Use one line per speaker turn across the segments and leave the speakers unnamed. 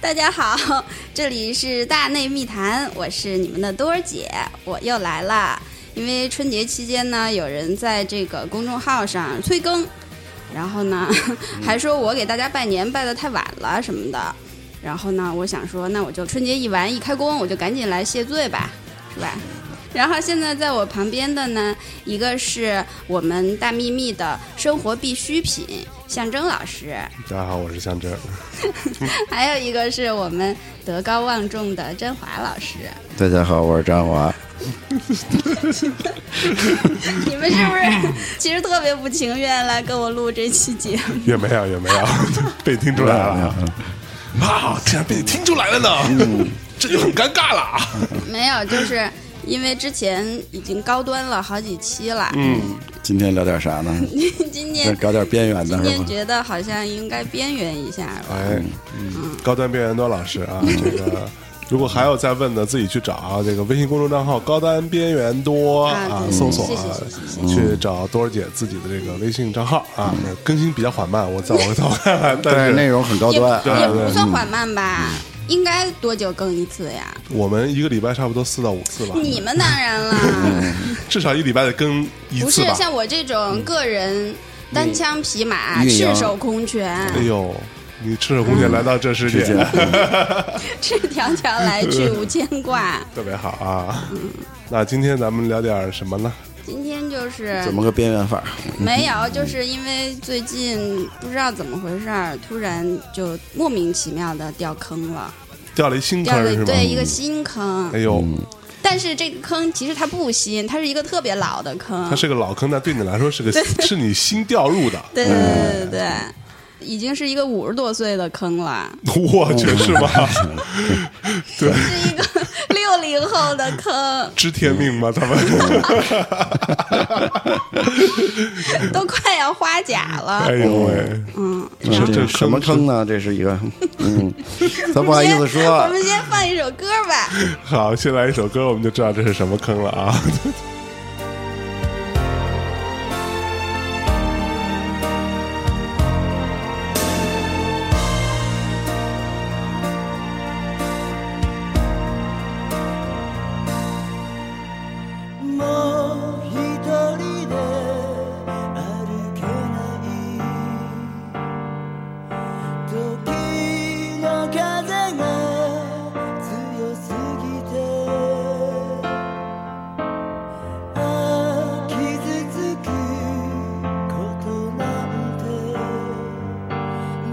大家好，这里是大内密谈，我是你们的多儿姐，我又来啦。因为春节期间呢，有人在这个公众号上催更，然后呢，嗯还说我给大家拜年拜的太晚了什么的。然后呢，我想说，那我就春节一完一开工，我就赶紧来谢罪吧，是吧？然后现在在我旁边的呢，一个是我们大秘密的生活必需品象征老师，
大家好，我是向真。
还有一个是我们德高望重的甄华老师。
大家好，我是 张华。
你们是不 是其实特别不情愿来跟我录这期节 目？
也没有，也没有，被听出来了。啊
哇，竟然被你听出来了
嗯
呢，这就很尴尬了啊。
没有，就是因为之前已经高端了好几期了，
嗯今天聊点啥呢？
今
再
天
搞点边缘
嗯今
的是
天
吧？
觉得好像应该边缘一下了。
哎，高端边缘多老师
嗯
啊，这个如果还有再问的，自己去找啊这个微信公众账号“高端边缘多”
啊
啊，
对
搜索
谢谢
啊
谢
嗯
谢，
去找多儿姐自己的这个微信账号啊，更新比较缓慢，我早我早看看，
但
但
是内
是
容很高
也
端。嗯
也
啊
不算缓慢吧，应该多久更一次呀？
我们一个礼拜差不多四到五次吧，
嗯
你们当然 了，
至少一礼拜得更一
不
次
是
吧。嗯
像我这种个人单枪匹马、
运营
赤手空拳，
哎呦，你赤手空拳来到这世界
嗯世，界
赤条条来去无牵挂。
特别好啊。那今天咱们聊点什么呢？
今天就是
嗯怎么个边缘法？
嗯
没有，就是因为最近不知道怎么回事儿，突然就莫名其妙的掉坑了，
掉了一新坑
掉
儿
了
是吗？
对一个新坑
哎。呦，
但是这个坑其实它不新，它是一个特别老的坑。
它是个老坑，但对你来说 是个是你新掉入的。
对对对
嗯
对对，已经是一个五十多岁的坑 了，
我去，是吧？
是一个六零后的坑，
知天命吗？他们，
都快要花甲了
哎。呦喂，
嗯，
你说这
这什么坑呢？这是一个， 嗯，咱不好意思
我
啊
说，
们先放一首歌吧。
好，先来一首歌，我们就知道这是什么坑了啊。
もう一人で歩けない時の風が強すぎてああ傷つくことなんて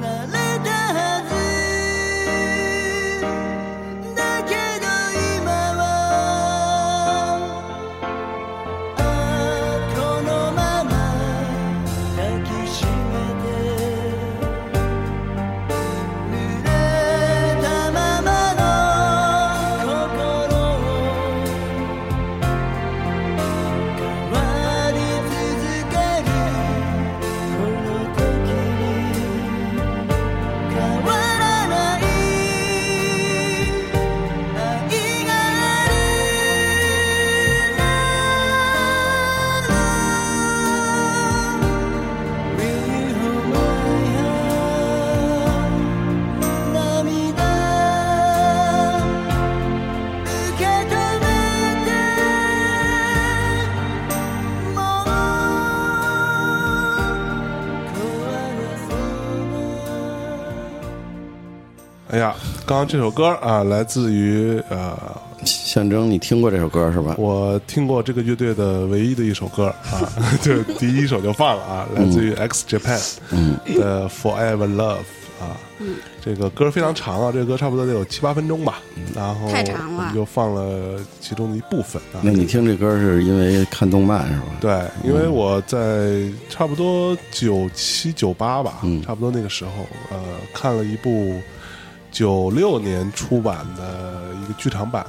慣れたはずだけど今は「このまま抱きしめて」「濡れたままの心を」「変わり続けるこの時に変わらない愛がある」「Will you hold my hand」「涙受け止めて」「もう壊れそうな」
哎呀，刚刚这首歌啊，来自于呃，
象征你听过这首歌是吧？
我听过这个乐队的唯一的一首歌啊， 就第一首就放了啊，
嗯
来自于 X Japan 的 Forever Love 啊。
嗯
这个歌非常长啊，这个歌差不多得有七八分钟吧，
嗯
然后
太长了
我们就放了其中的一部分啊。
那你听这歌是因为看动漫是吧？
对，因为我在差不多九七九八吧，
嗯
差不多那个时候，呃，看了一部九六年出版的一个剧场版，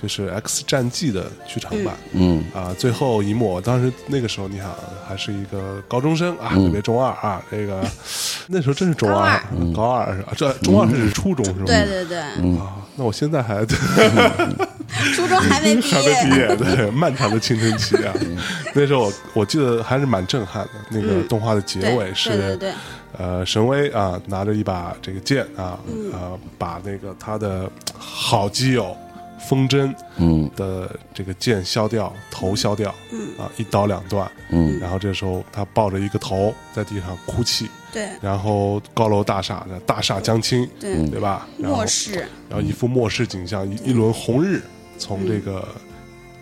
就是 X 战记的剧场版。
嗯
啊，最后一幕，当时那个时候你想还是一个高中生啊，特别中二啊，这个 那时候真是中
高
二
二，
高二是啊，这中二是指初中是吧？
对对对，
啊，那我现在还
初中还没毕
还没毕
业，
业，对，漫长的青春期啊，那时候我我记得还是蛮震撼的。那个动画的结
嗯对
尾
对
是，
对对
呃，神威啊拿着一把这个剑啊，
嗯
呃，把那个他的好基友风筝
嗯
的这个剑削掉，头削掉，
嗯
啊，一刀两断，
嗯
然后这时候他抱着一个头在地上哭泣，
对
然后高楼大厦的大厦将倾，
嗯
对，
对吧？然后
嗯末世，
嗯然后一副末世景象，一一轮红日从
嗯
这个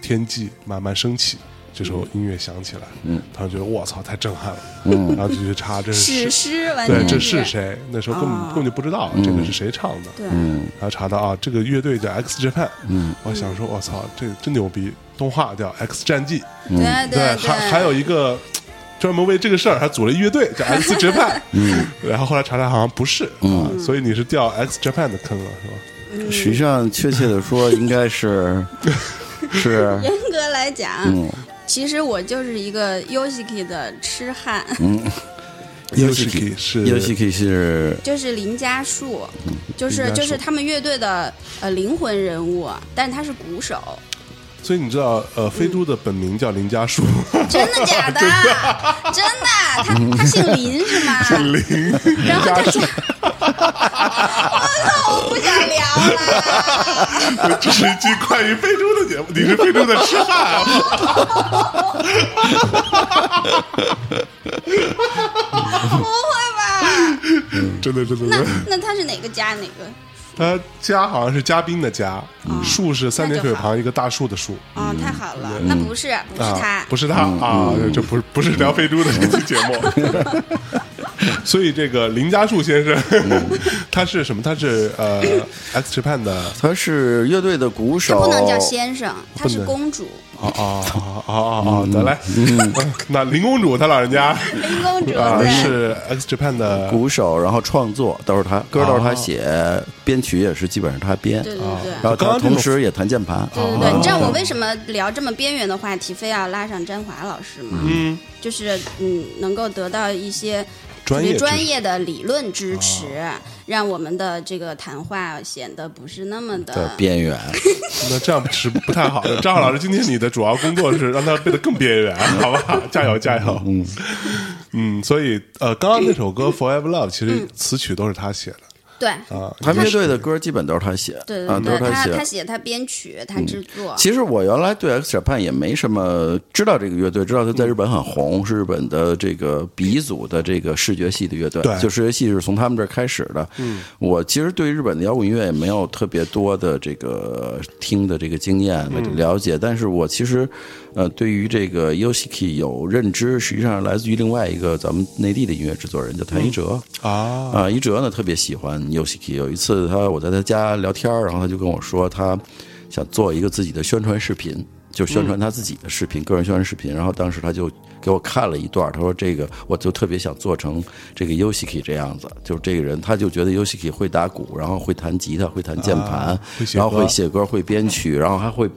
天际慢慢升起。这时候音乐响起来，
嗯，
他就觉得我操太震撼了，
嗯
然后就去查这
史
是
诗完
对
全
这
是
是谁，那时候根本、
啊
根本就不知道这个是谁唱的，
对
嗯
然后查到啊这个乐队叫 X Japan，
嗯，
我想说我操这真牛逼，动画叫 X 战记，
对对对，
嗯还还有一个专门为这个事儿还组了乐队叫 X Japan，嗯， 然后后来查查好像不是，嗯，所以你是掉 X Japan 的坑了是吧？
实际上确切 的说，应该是是
严格来讲，
嗯
其实我就是一个 Yoshiki 的痴汉，
嗯 Yoshiki 是
Yoshiki 是
就是林家树，就是
嗯林家树
就是他们乐队的呃灵魂人物，但是他是鼓手，
所以你知道，呃，飞猪的本名叫林家树，
真的假的？真的，他他姓林是吗？姓林，然后他家，我操，哦我不想聊了。
这是一期关于非洲的节目，你是非洲的痴汉 啊！
不会吧？
真的，真
那
的，真的
那他是哪个家哪个？
他家好像是嘉宾的家，树是三点水
哦那就
旁一个大树的树
哦，太好了，那不是不是他
嗯啊，，不是他啊，这不是不是聊非洲的这期节目。所以这个林家树先生， 他是什么？他是呃 X Japan 的
他是乐队的鼓
这
手，
不能叫先生，她
哦不
是
能
公主，
啊啊啊啊啊！得嘞， 那林公主她老人家
林公主
啊
对
是 X Japan 的
鼓手，然后创作都是他，歌都是他写，编曲也是基本上他编，
对对对。
然后
啊刚
他
刚这种啊
同时也弹键盘。
对对对，你知道我为什么聊这么边缘的话题，非要拉上詹华老师吗？嗯，就是嗯，能够得到一些特
专业
别
知识啊
专业的理论支持，让我们的这个谈话显得不是那么
的
的。
边缘，
那这样是不太好的。张浩老师，今天你的主要工作是让他变得更边缘，好吧？加油，加油！嗯所以呃，刚刚那首歌《Forever Love》其实词曲都是他写的
对
啊。
他乐队的歌基本都是他写，
对
啊，
对
都是
对，他
写。
写他编曲，
嗯
他制作，
其实我原来对 X Japan 也没什么知道这个乐队，知道他在日本很红，是日本的这个鼻祖的这个视觉系的乐队，
对
就视觉系是从他们这儿开始的。嗯，我其实对日本的摇滚乐也没有特别多的这个听的这个经验和了解，但是我其实呃对于这个 Yoshiki 有认知，实际上来自于另外一个咱们内地的音乐制作人叫谭一哲。
啊，
啊，一哲呢特别喜欢 Yoshiki。有一次他我在他家聊天儿，然后他就跟我说他想做一个自己的宣传视频，就宣
嗯
传他自己的视频，个人宣传视频。然后当时他就给我看了一段儿，他说这个我就特别想做成这个 Yoshiki 这样子，就是这个人他就觉得 Yoshiki 会打鼓，然后会弹吉他，会弹键盘，
啊会写
然后
歌
会写歌，会编曲，然后还会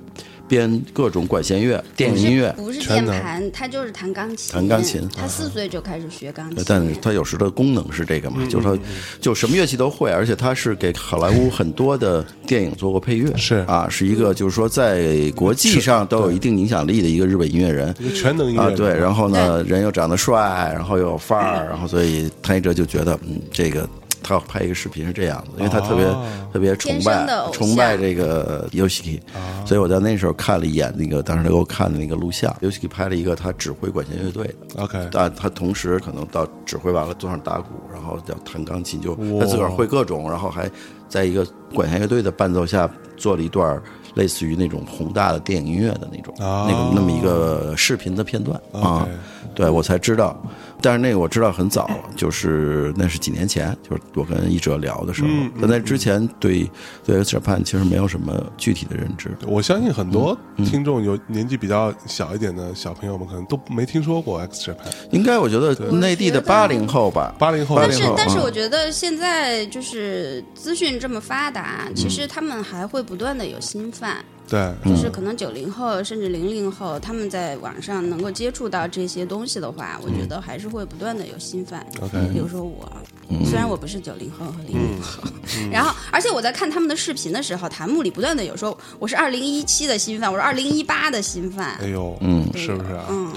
编各种管弦乐、电音乐。
不是键盘，他就是弹钢琴。
弹钢琴啊
他四岁就开始学钢琴。
但是它有时的功能是这个
嗯
嘛，就是它就什么乐器都会，而且它是给好莱坞很多的电影做过配乐，
是
啊，是一个就是说在国际上都有一定影响力的一个日本音乐人
一个全能音乐
啊，
人
对，然后呢，人又长得帅，然后又有范儿，然后所以谭一哲就觉得，嗯，这个他要拍一个视频是这样的，因为他特别
哦
特别崇
天
拜
生的偶像
崇拜这个 Yoshiki，所以
啊
我在那时候看了一眼那个当时他给我看的那个录像，Yoshiki 拍了一个他指挥管弦乐队的。
OK
但他同时可能到指挥完了坐上打鼓，然后要弹钢琴，就他自个儿会各种，然后还在一个管弦乐队的伴奏下做了一段儿类似于那种宏大的电影音乐的那种、
啊
那个那么一个视频的片段啊
OK，
对我才知道。但是那个我知道很早，就是那是几年前，就是我跟一哲聊的时候。
嗯
但在之前对对 X Japan 其实没有什么具体的认知。
我相信很多
嗯
听众有年纪比较小一点的小朋友们，可能都没听说过 X Japan。
应该我觉得内地的八零后吧，
八零后，
八
但
零
是
后，
但是
嗯
我觉得现
嗯
在就是资讯这么发达，其实他们还会不断的有新番，
对，
就
嗯
是可能九零后甚至零零后，他们在网上能够接触到这些东西的话，
嗯
我觉得还是会不断的有新番。比如说我，
嗯
虽然我不是九零后和零零后， 然后而且我在看他们的视频的时候，弹幕里不断的有说我是二零一七的新番，我是二零一八的新番
哎。呦，嗯，是不是啊？
嗯，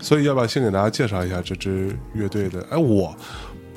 所以要不要先给大家介绍一下这支乐队的？哎，我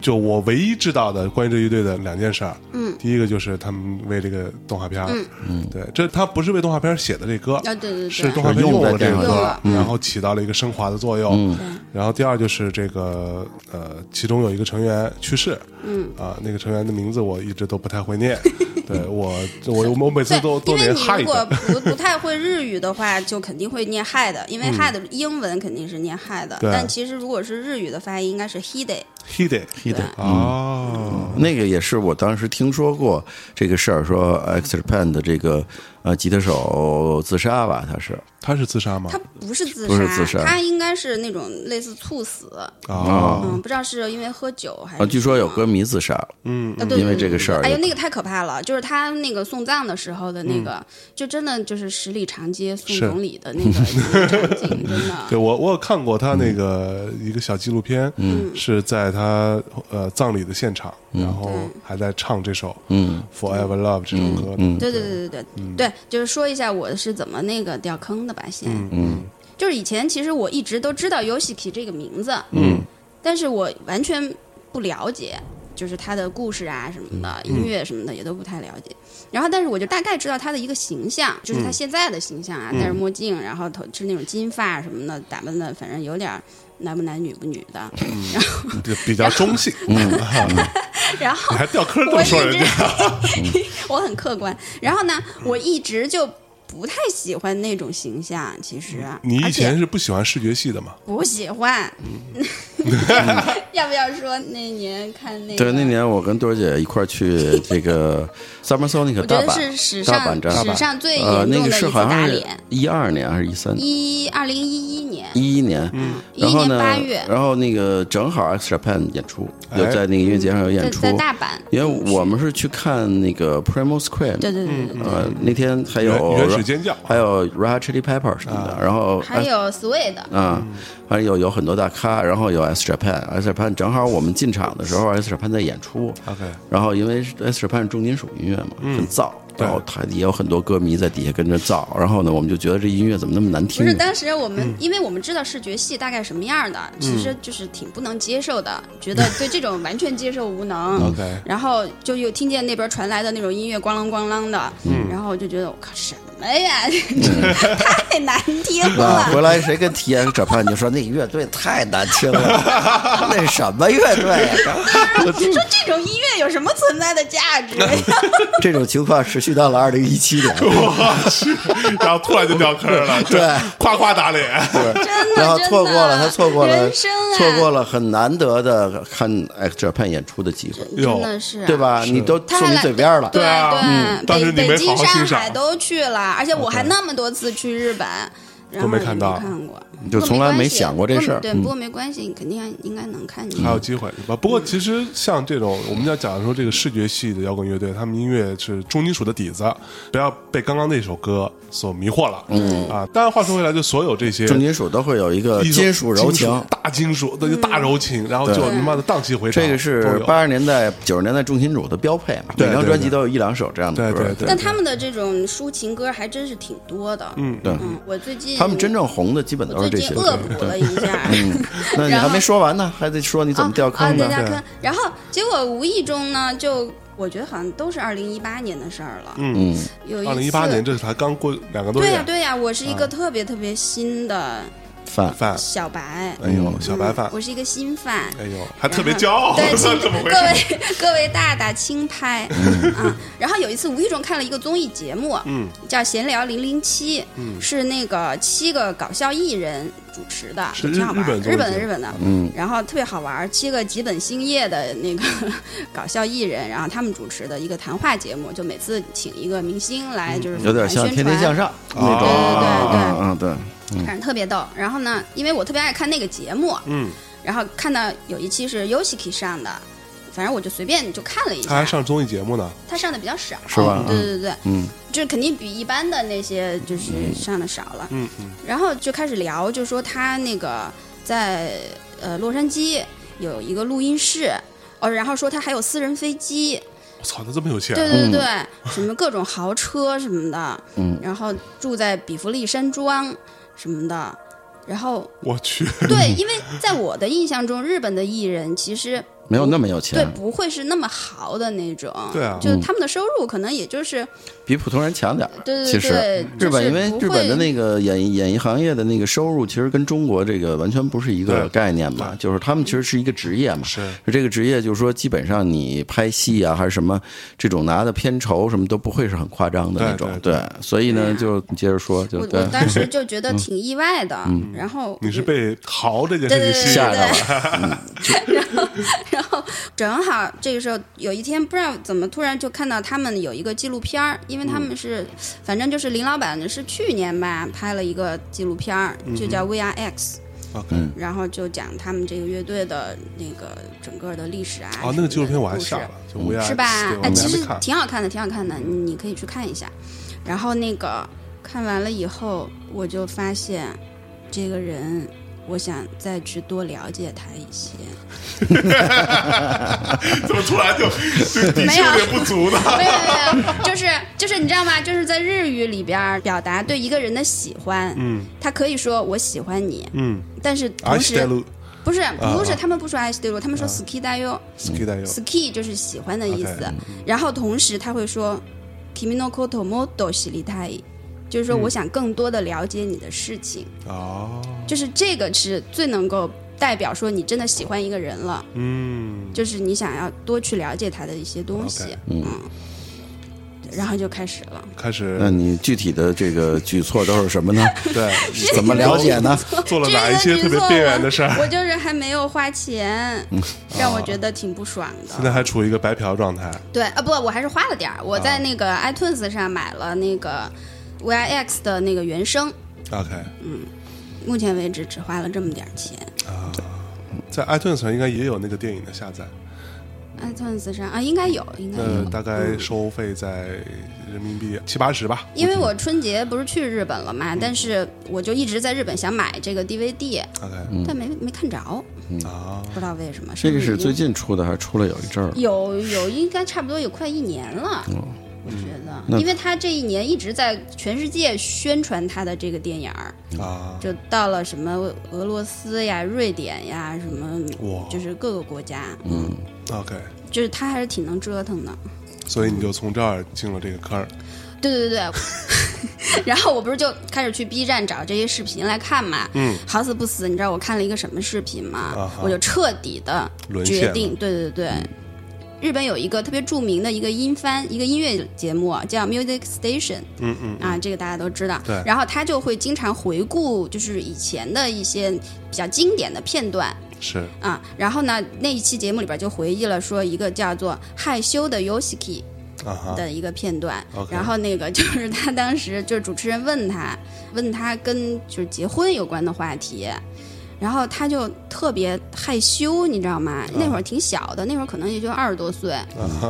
就我唯一知道的关于这乐队的两件事儿，嗯，第一个就是他们为这个动画片儿，嗯，对，这他不是为动画片儿写的这歌，
啊对对对
是动画片用啊了这个嗯
是用
歌
了，
然后起到了一个升华的作用。然后第二就是这个呃，其中有一个成员去世，嗯，啊，那个成员的名字我一直都不太 会念，对我我我每次
对
都，都
因为
连
你
嗨
如
一
果
个，
不不太会日语的话，就肯定会念 hi 的，因为
嗯
hi 的英文肯定是念 hi 的，
对
但其实如果是日语的发音，应该是 hide。
h e d e
对
嗯
哦，
那个也是我当时听说过这个事儿，说 X Japan 的这个呃吉他手自杀吧，他是
哎
他是自杀吗
他？不是自
不是自杀哦
他应该是那种类似猝死，
啊，
嗯，不知道是因为喝酒还是
啊，据说有歌迷自杀了，
嗯，
啊，对，
因为
对
这个
对
事儿嗯
哎呦，那个太可怕了！就是他那个送葬的时候的那个，就真的就是十里长街送
是
总理的那个场景， 真
对
的。
我，我有看过他那个一个小纪录片，嗯，是在他呃葬礼的现场，然后还在唱这首
嗯
《Forever Love》这首歌，嗯，
对对对对对、对，就是说一下我是怎么那个掉坑的吧，先。
嗯
就是以前其实我一直都知道 Yoshiki 这个名字，嗯，但是我完全不了解，就是他的故事啊什么的，音乐什么的也都不太了解。然后，但是我就大概知道他的一个形象，就是他现在的形象啊，戴着墨镜，然后头是那种金发什么的，打扮的反正有点儿男不男女不女的。
就比较中性， 啊嗯
然后
你还掉坑儿这
我
么
一直
说人家，
我很客观。然后呢，我一直就不太喜欢那种形象，其实。
你
而
以
且
前是不喜欢视觉系的嘛？
不喜欢。 要不要说那年看那个？
对，那年我跟多儿姐一块儿去这 个 Summer Sonic
我
大
觉得
阪，
是史
大阪
上
站，
史上最严
呃，
重的
那
一
个是
次
好
打
像是
脸，
一二年还是一三
一二零一一年，
一一年，然
一一
后
年
呢
八月，
然后那个正好 X Japan 演出，
哎
又在那个音乐节上有
在
演出，
在大阪，
因为我们是去看那个 Primo Square，
对对
嗯
对对对，
呃，那天还有
原原始尖叫啊
还有 Red Hot Chili Pepper 什么的，然后
还有 Sway 的，
啊，反正有有很多大咖，然后有 S Japan，S Japan 正好我们进场的时候，S Japan 在演出
OK 嗯
然后因为 S Japan 重金属音乐嘛，很燥，然后他也有很多歌迷在底下跟着燥，然后呢，我们就觉得这音乐怎么那么难
不
听
是
呢？
当时我们，因为我们知道视觉系大概什么样的，其实就是挺不能接受的，觉得对这种完全接受无能
OK。
然后就又听见那边传来的那种音乐咣啷咣啷的，然后我就觉得我靠什么呀， 太难听
啊，
了。
回来谁跟 T S Japan 就说那乐队太难 听了，那什么乐队啊呀、
说这种音乐有什么存在的价值呀？
这种情况持续到了二零一七年，
我去，然后突然就掉坑儿了，
对，
夸夸打脸，
真的，
然后
真的
错过了他错过了
人生啊，
错过了很难得的看 X Japan 演出的机会，
真的是啊
对？吧？你都
他
送
还
你
来
嘴边了，
对
对啊嗯
对，
当时你
北
没
北京、
好好
上
欣赏
海都去了，而且我还那么多次去日本，然后
都没
也
看
没
到
看过，
就
不过
从来
没
没
关系
想过这
不过
事儿
对，
嗯
不过没关系，你肯定还应该能看见。
还有机会吧？不过其实像这种我们要讲说这个视觉系的摇滚乐队，他们音乐是重金属的底子，不要被刚刚那首歌所迷惑了。嗯啊，当然话说回来，就所有这些
重金属都会有一个
一种
金属柔
金
情。
大金属，那就
嗯
大柔情，然后就他妈的荡气回肠。
这个
都
是
有
八十年代、九十年代重金属的标配嘛，
对
每张
对
专辑
对
都有一两首这样的
对
歌。
对对
但他们的这种抒情歌还真是挺多的。嗯
对
嗯，我最近
他们真正红的基本都
我
是这
最
些
近
歌
恶。补了一下。
那你
然
还
后
没说完呢，还得说你怎么掉坑
啊啊、
的
对。掉坑。然后结果无意中呢，就我觉得好像都是二零一八年的事儿了。嗯，
嗯，
有
二零
一
一八
次
年，这才刚过两个多
对呀、
月。
对呀、我是
嗯
一个特别特别新的
饭
饭，
小白，
哎呦，小白饭
嗯，我是一个新饭。
哎呦，还特别骄傲，
对，请
怎么回
各
事？
位各位大大轻 拍啊！然后有一次无意中看了一个综艺节目，
嗯，
叫《闲聊零零七》，是那个七个搞笑艺人主持的，
是
挺好玩儿
日
日
日本综艺
本的
节目
日本的，嗯，然后特别好玩儿，七个吉本兴业的那个搞笑艺人，然后他们主持的一个谈话节目，就每次请一个明星
嗯
来，就是
有点像
来
《
宣
天天
传
向上》那种。
对对对
嗯嗯对。
反正特别逗。然后呢，因为我特别爱看那个节目，
嗯，
然后看到有一期是 Yoshiki 上的，反正我就随便就看了一
他还
下，
上综艺节目呢，
他上的比较少，
是吧
对对对，
嗯，
就是肯定比一般的那些就是上的少了。
嗯嗯，
然后就开始聊，就说他那个在呃洛杉矶有一个录音室，哦，然后说他还有私人飞机，
我操，他这么有钱，啊
对对对，什么各种豪车什么的，嗯，然后住在比弗利山庄什么的，然后
我去，
对，因为在我的印象中，日本的艺人其实
没有那么有
对
钱，
不会是那么豪的那种，
对啊
嗯
就是他们的收入可能也就是
比普通人强点儿。
对对
其
对
实
就是
日本因为
不会
日本的那个演艺演艺行业的那个收入，其实跟中国这个完全不是一个
对
概念嘛，就是他们其实是一个职业嘛。
是
就这个职业，就是说基本上你拍戏啊还是什么这种拿的片酬什么都不会是很夸张的那种。
对
对，所以呢，就你接着说，就
我
对嗯
我当时就觉得挺意外的，然后
你是被豪这件
对对
事情
对对
吸引
吓
了，
到了嗯
对， 然后正好这个时候有一天不知道怎么突然就看到他们有一个纪录片儿，因为他
嗯
们是、反正就是林老板是去年吧拍了一个纪录片儿，就叫 VR X，、
嗯 OK
嗯
然后就讲他们这个乐队的那个整个的历史啊。
哦，那个纪录片我还
什
下
么的故事
了，就 VR
是吧？哎，
啊对我
其
还
实
没看，
挺好看的，挺好看的，你你可以去看一下。然后那个看完了以后，我就发现这个人，我想再去多了解他一些。
怎么突然 就对底
没
气
有
有点不足呢？
没有没有，就是就是你知道吗？就是在日语里边儿表达对一个人的喜欢，
嗯
他可以说我喜欢你，
嗯，
但是
爱
同
して
时
る
不是不是
啊
他们不说爱してる，他们说 ski だよ。
好きだよ，
ski 就是喜欢的意思
OK，嗯
然后同时他会说 kimi no koto moto s h i t a 就是
嗯
说我想更多的了解你的事情，
哦，
就是这个是最能够代表说你真的喜欢一个人了，
嗯，
就是你想要多去了解他的一些东西
OK
嗯，然后就开始了。
开始
那你具体的这个举措都是什么 呢？
对，
怎么了解呢？
做了
这
哪一些特别边缘的事儿？ 嗯啊
我就是还没有花钱， 让我觉得挺不爽的。
现在还处于一个白嫖状态，
对啊，不，我还是花了点儿。我
啊
在那个 iTunes 上买了那个 VIX 的那个原声，
OK
目前为止只花了这么点儿钱。
啊，在 iTunes 上应该也有那个电影的下载，
iTunes 上啊，应该有，应该
那
呃
有。嗯
大概收费在人民币七八十吧。
因为我春节不是去日本了
嗯
嘛，但是我就一直在日本想买这个 DVD，
OK
但没没看着，
嗯
啊，
不知道为什么。
这个是
不已经
最近出的，还是出了有一阵儿了？
有有，应该差不多有快一年了。我觉得，
哦嗯那
因为他这一年一直在全世界宣传他的这个电影儿，
啊，
就到了什么俄罗斯呀、瑞典呀，什么
哇
嗯就是各个国家，嗯，
OK，
就是他还是挺能折腾的。
所以你就从这儿进了这个坑儿，
对对对 对，然后我不是就开始去 B 站找这些视频来看嘛，
嗯，
好死不死，你知道我看了一个什么视频吗？
啊哈
我就彻底的
沦陷
决
了嗯
定，对对对。日本有一个特别著名的一个音番，一个音乐节目啊叫 Music Station，
嗯嗯，
啊，这个大家都知道。
对
然后他就会经常回顾，就是以前的一些比较经典的片段
是
啊。然后呢，那一期节目里边就回忆了说一个叫做害羞的 Yoshiki，
啊哈，
的一个片段。
OK
然后那个就是他当时就是主持人问他，问他跟就是结婚有关的话题。然后他就特别害羞，你知道
啊
吗？那会儿挺小的，那会儿可能也就二十多岁，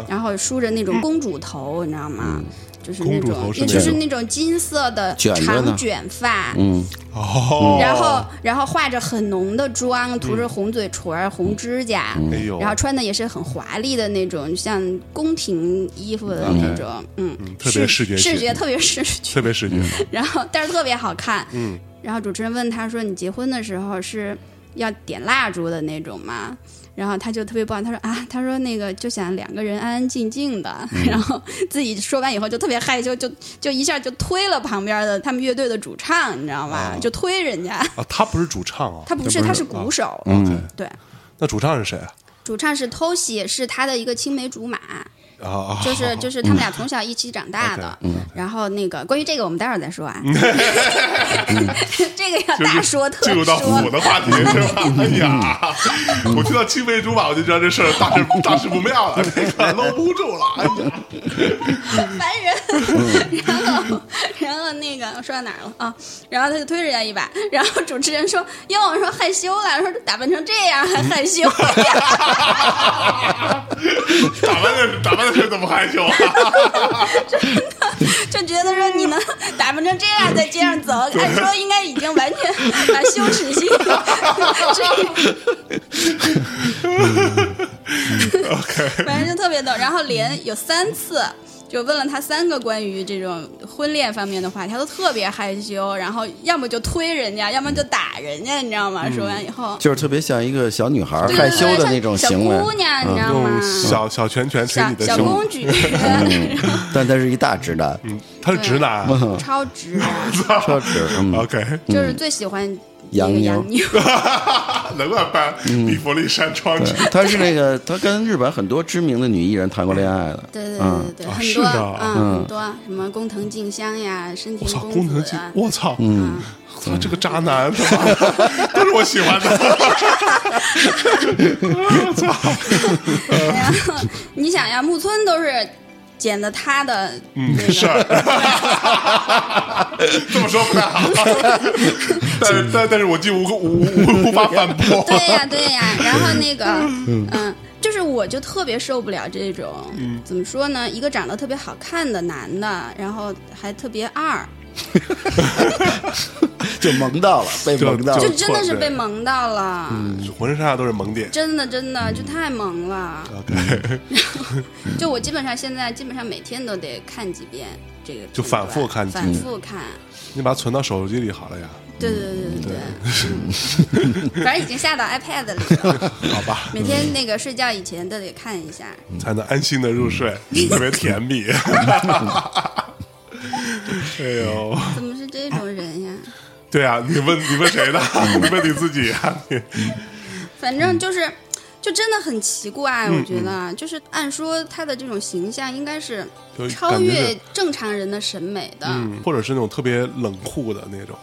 然后梳着那种公主头，你知道吗？就是那
嗯公主
种
头，是
也
那
就是
种
那种金色的
卷着呢
长卷发，
嗯，
哦，
啊
嗯
然后然后化着很浓的妆，涂着红嘴唇儿、红指甲，
哎呦，
然后穿的也是很华丽的那种，像宫廷衣服的那种，嗯，
嗯特别视觉
视
系
觉特别视觉，
特别视觉，
然后但是特别好看。
嗯，
然后主持人问他说：“你结婚的时候是要点蜡烛的那种吗？”然后他就特别棒，他说啊，他说那个就想两个人安安静静的，
嗯
然后自己说完以后就特别害羞，就就一下就推了旁边的他们乐队的主唱，你知道
哦
吗？就推人家，
啊，他不是主唱啊，
他不是他是鼓手，
OK，
对，
那主唱是谁啊？
主唱是 Toshi，是他的一个青梅竹马，
啊啊，
就是就是他们俩从小一起长大的。
嗯
然后那个关于这个，我们待会儿再说啊。 这个要大说特
嗯
啊
进入到
说
我，的话题是吧？哎呀，我听到青梅竹马，我就知道这事儿大事大事不妙了，这个搂不住了。哎呀，嗯
烦人。然后然后那个个我说到哪儿了啊？然后他就推人家一把，然后主持人说：“哟，我说害羞了，说打扮成这样还害羞。
打扮的打扮的是怎么害羞啊？
就觉得说你能打扮成这样在街上走，按说应该已经完全把羞耻心这 OK，反正就特别逗。然后连有三次。就问了他三个关于这种婚恋方面的话题，他都特别害羞，然后要么就推人家，要么就打人家，你知道吗？说完以后，
就是特别像一种小女孩
对
害
对对
羞的那种
像
行为
小姑，娘，你知道吗
用？小小拳拳捶你
小
的
小
胸，
公举，然后
但他是一大直男，
他是直男，
超直啊，
超直，嗯，
OK，
就是最喜欢一个
洋妞
洋妞。
难怪搬
嗯
比佛利山庄去。
嗯
他是那个他跟日本很多知名的女艺人谈过恋爱的，
对对
嗯
对对对，
啊
很
是
多
的
嗯很多什么工藤静香呀、深
我
田
操，工
公
藤
子
静
啊，，
我操，嗯，操，这个渣男，他妈的
嗯
都是我喜欢的，
然后 你想呀，木村都是捡的他的
嗯，是，
这么说不太好，但是但但是我既无无无无法反 驳。
对呀、对呀、然后那个，嗯，就是我就特别受不了这种，
嗯
怎么说呢？一个长得特别好看的男的，然后还特别二，
就萌到了，被
就
萌到
就
了
就。
真的是
错
被
哦对嗯
萌到了，
浑身上下都是萌点。
真的真的就太萌了。
OK，
就我基本上现在基本上每天都得看几遍这个片段，
就反复看几
反复看。
你把它存到手机里好了呀，
对对对对对，嗯 反正已经下到 iPad 里了。
好吧，
每天那个睡觉以前都得看一下。
嗯
才能安心的入睡，特别 甜蜜。哎呦，
怎么是这种人呀？
对啊，你问你问谁呢？
嗯
你问你自己啊，你
反正就是，就真的很奇怪，我觉得，啊就是按说他的这种形象应该是
就
超
感觉是
越正常人的审美的。
嗯，或者是那种特别冷酷的那种，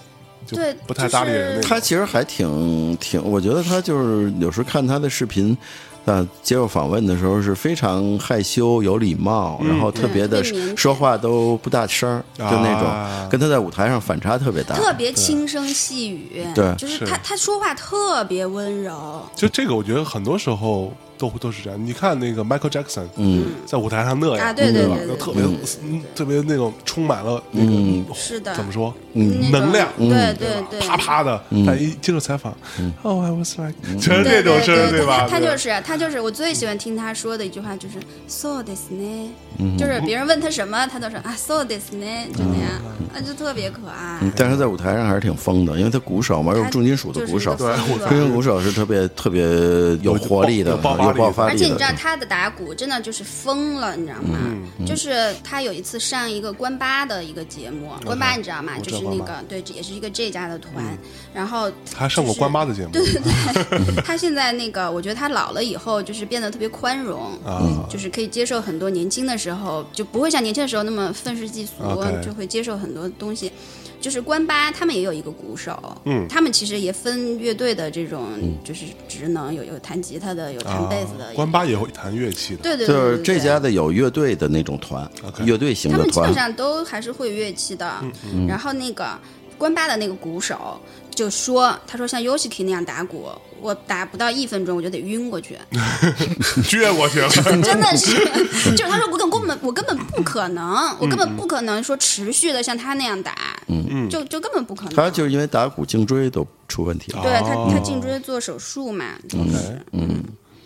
就
对
不太搭理
就
人那
是
种。
他其实还挺挺，我觉得他就是有时候看他的视频，呃，接受访问的时候是非常害羞、有礼貌，然后特别的
特别腼腆
说话都不大声儿，就那
啊
种，跟他在舞台上反差特别大。
特别轻声细语，
对
就是
是
他他说话特别温柔，
就这个，我觉得很多时候都都是这样。你看那个 Michael Jackson，
嗯，
在舞台上那样，
啊对对
吧
对对对
就特别嗯特别那种充满了那
嗯
个哦
是的
怎么说
那种
能量，
对对对，
啪啪的。
嗯
但一接受采访，Oh I was like，全是
对
这种
对
声
对
儿，吧？
他他就是他就是我最喜欢听他说的一句话，就是 “so this 呢”，
嗯
就是别人问他什么，他都说啊 “so this 呢”，就那样，
嗯
啊就特别可爱。
但是他在舞台上还是挺疯的，因为他鼓手嘛，又是重金属的鼓手，
对
重
我
金属鼓手是特别特别有活力的，
有
有
爆发力的
爆发
而且
力
你知道
嗯
的。
他的打鼓真的就是疯了，你知道吗？就是他有一次上一个关八的一个节目，关八你知道吗？
我知
就
道
是
关
那
八
个对，也是一个 J 家的团，然后
他上过
就是
关八的 节目，
他现在那个，我觉得他老了以后就是变得特别宽容，
啊
就是可以接受很多年轻的时候就不会像年轻的时候那么愤世嫉俗
啊 OK
就会接受很多东西。就是关八他们也有一个鼓手，
嗯
他们其实也分乐队的这种就是职能，有有弹吉他的，有弹贝斯的，
啊关八也会弹乐器的，
对对对
就
对
是
对
这家的有乐队的那种团，乐队型
他
的
们基
团嗯
本，上都还是会乐器的。
嗯
然后那个关八的那个鼓手就说，他说像 Yoshiki 那样打鼓，我打不到一分钟我就得晕过去。
撅过去了。
真的是，
嗯
就是他说我根本我根本不可能，我根本不可能说持续的像他那样打，嗯就就根本不可能。
他就是因哦为打鼓颈椎都出问题了。
对他他颈椎做手术嘛，
嗯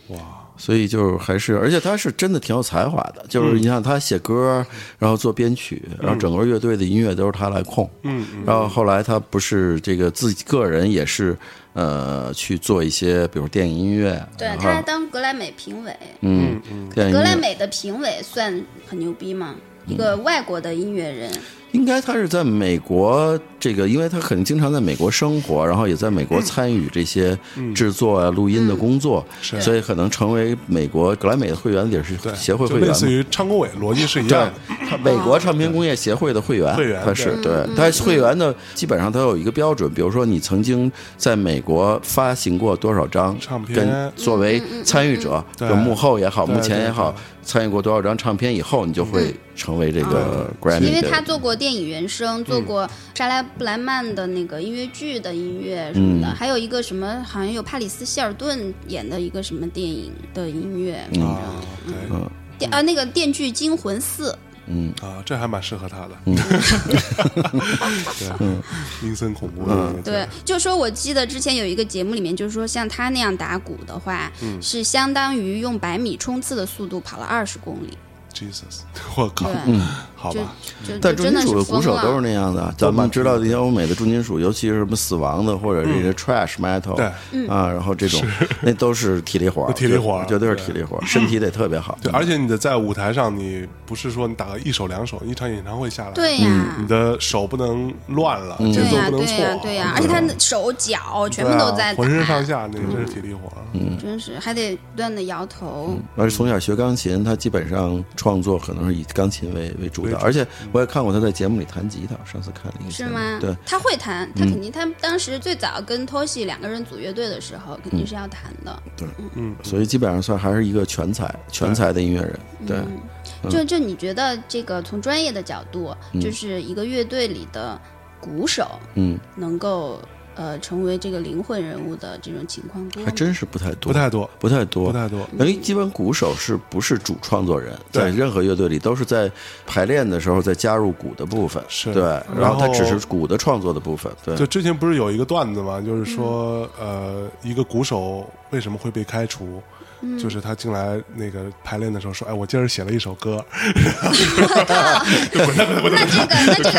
就是
所以就是还是，而且他是真的挺有才华的，就是你像他写歌，然后做编曲，然后整个乐队的音乐都是他来控，嗯，然后后来他不是这个自己个人也是，呃，去做一些，比如电影音乐，
对
然
他还
后
当格莱美评委，
嗯，电影
格莱
音乐，
美的评委算很牛逼吗？
嗯
一个外国的音乐人，
应该他是在美国这个，因为他肯定经常在美国生活，然后也在美国参与这些制作啊、录音的工作，所以可能成为美国格莱美的会员也是
嗯对，
协会
就
会员
类
嘛。
似于唱功伟逻辑是一
对
样的，，
他美国唱片工业协会的会员，
会员
他是
对嗯
对，他会员的基本上他有一个标准，比如说你曾经在美国发行过多少张
唱片
跟作为参与者，
嗯
就幕后也好，
对
幕前也好
对，
参与过多少张唱片以后，你就会成为这个
嗯
Grammy
因为
的
他做过电影原声，
嗯
做过莎拉布莱曼的那个音乐剧的音乐什么的，
嗯
还有一个什么好像有帕里斯希尔顿演的一个什么电影的音乐，
嗯
啊，对
电啊那个电锯《惊魂四》。
嗯
啊，这还蛮适合他的，
嗯
对，阴森恐怖的那个劲
对
儿，，
就说我记得之前有一个节目里面，就是说像他那样打鼓的话，
嗯
是相当于用百米冲刺的速度跑了二十公里。
，Jesus，我
对，
靠好
就
吧，
就
但
就
重
真
金
的是
属的
疯
鼓手
了。
都是那样的，咱们知道这些欧美的重金属，尤其是什么死亡的或者这些 trash metal，
对
啊，然后这种那都是体力活儿，
体力活儿
绝绝对是体力活儿，身体得特别好。嗯
对，而且你的在舞台上，你不是说你打个一手两手，一场演唱会下来，
对呀、
你的手不能乱了，嗯节
对
奏
呀、
不能
对
错
呀、
啊，
对呀、而且他的手脚全部
对啊
都在打，
浑身上下，那真是体力活儿。
真是还得不断的摇头。
而且从小学钢琴，他基本上创作可能是以钢琴为为主
为
导，
主
而且我也看过他在节目里弹吉他，上次看了
嗯
一个节
是
目
吗？
对，
他会弹，他肯定，他当时最早跟托西两个人组乐队的时候，肯
嗯
定是要弹的。
所以基本上算还是一个全才全才的音乐人，对，
就就你觉得这个从专业的角度，就是一个乐队里的鼓手
嗯，
能够呃成为这个灵魂人物的这种情况多吗
还？真是不太
不
多，
太多，
不太多，
不太多。
因为基本鼓手是不是主创作人，
对
在任何乐队里都是在排练的时候再加入鼓的部分，
是
对，然
然
后他
后
只是鼓的创作的部分，对
就，之前不是有一个段子嘛，就是说，
嗯
呃，一个鼓手为什么会被开除？
嗯
就是他进来那个排练的时候说：“哎，我今儿写了一 首歌。
那这个那这个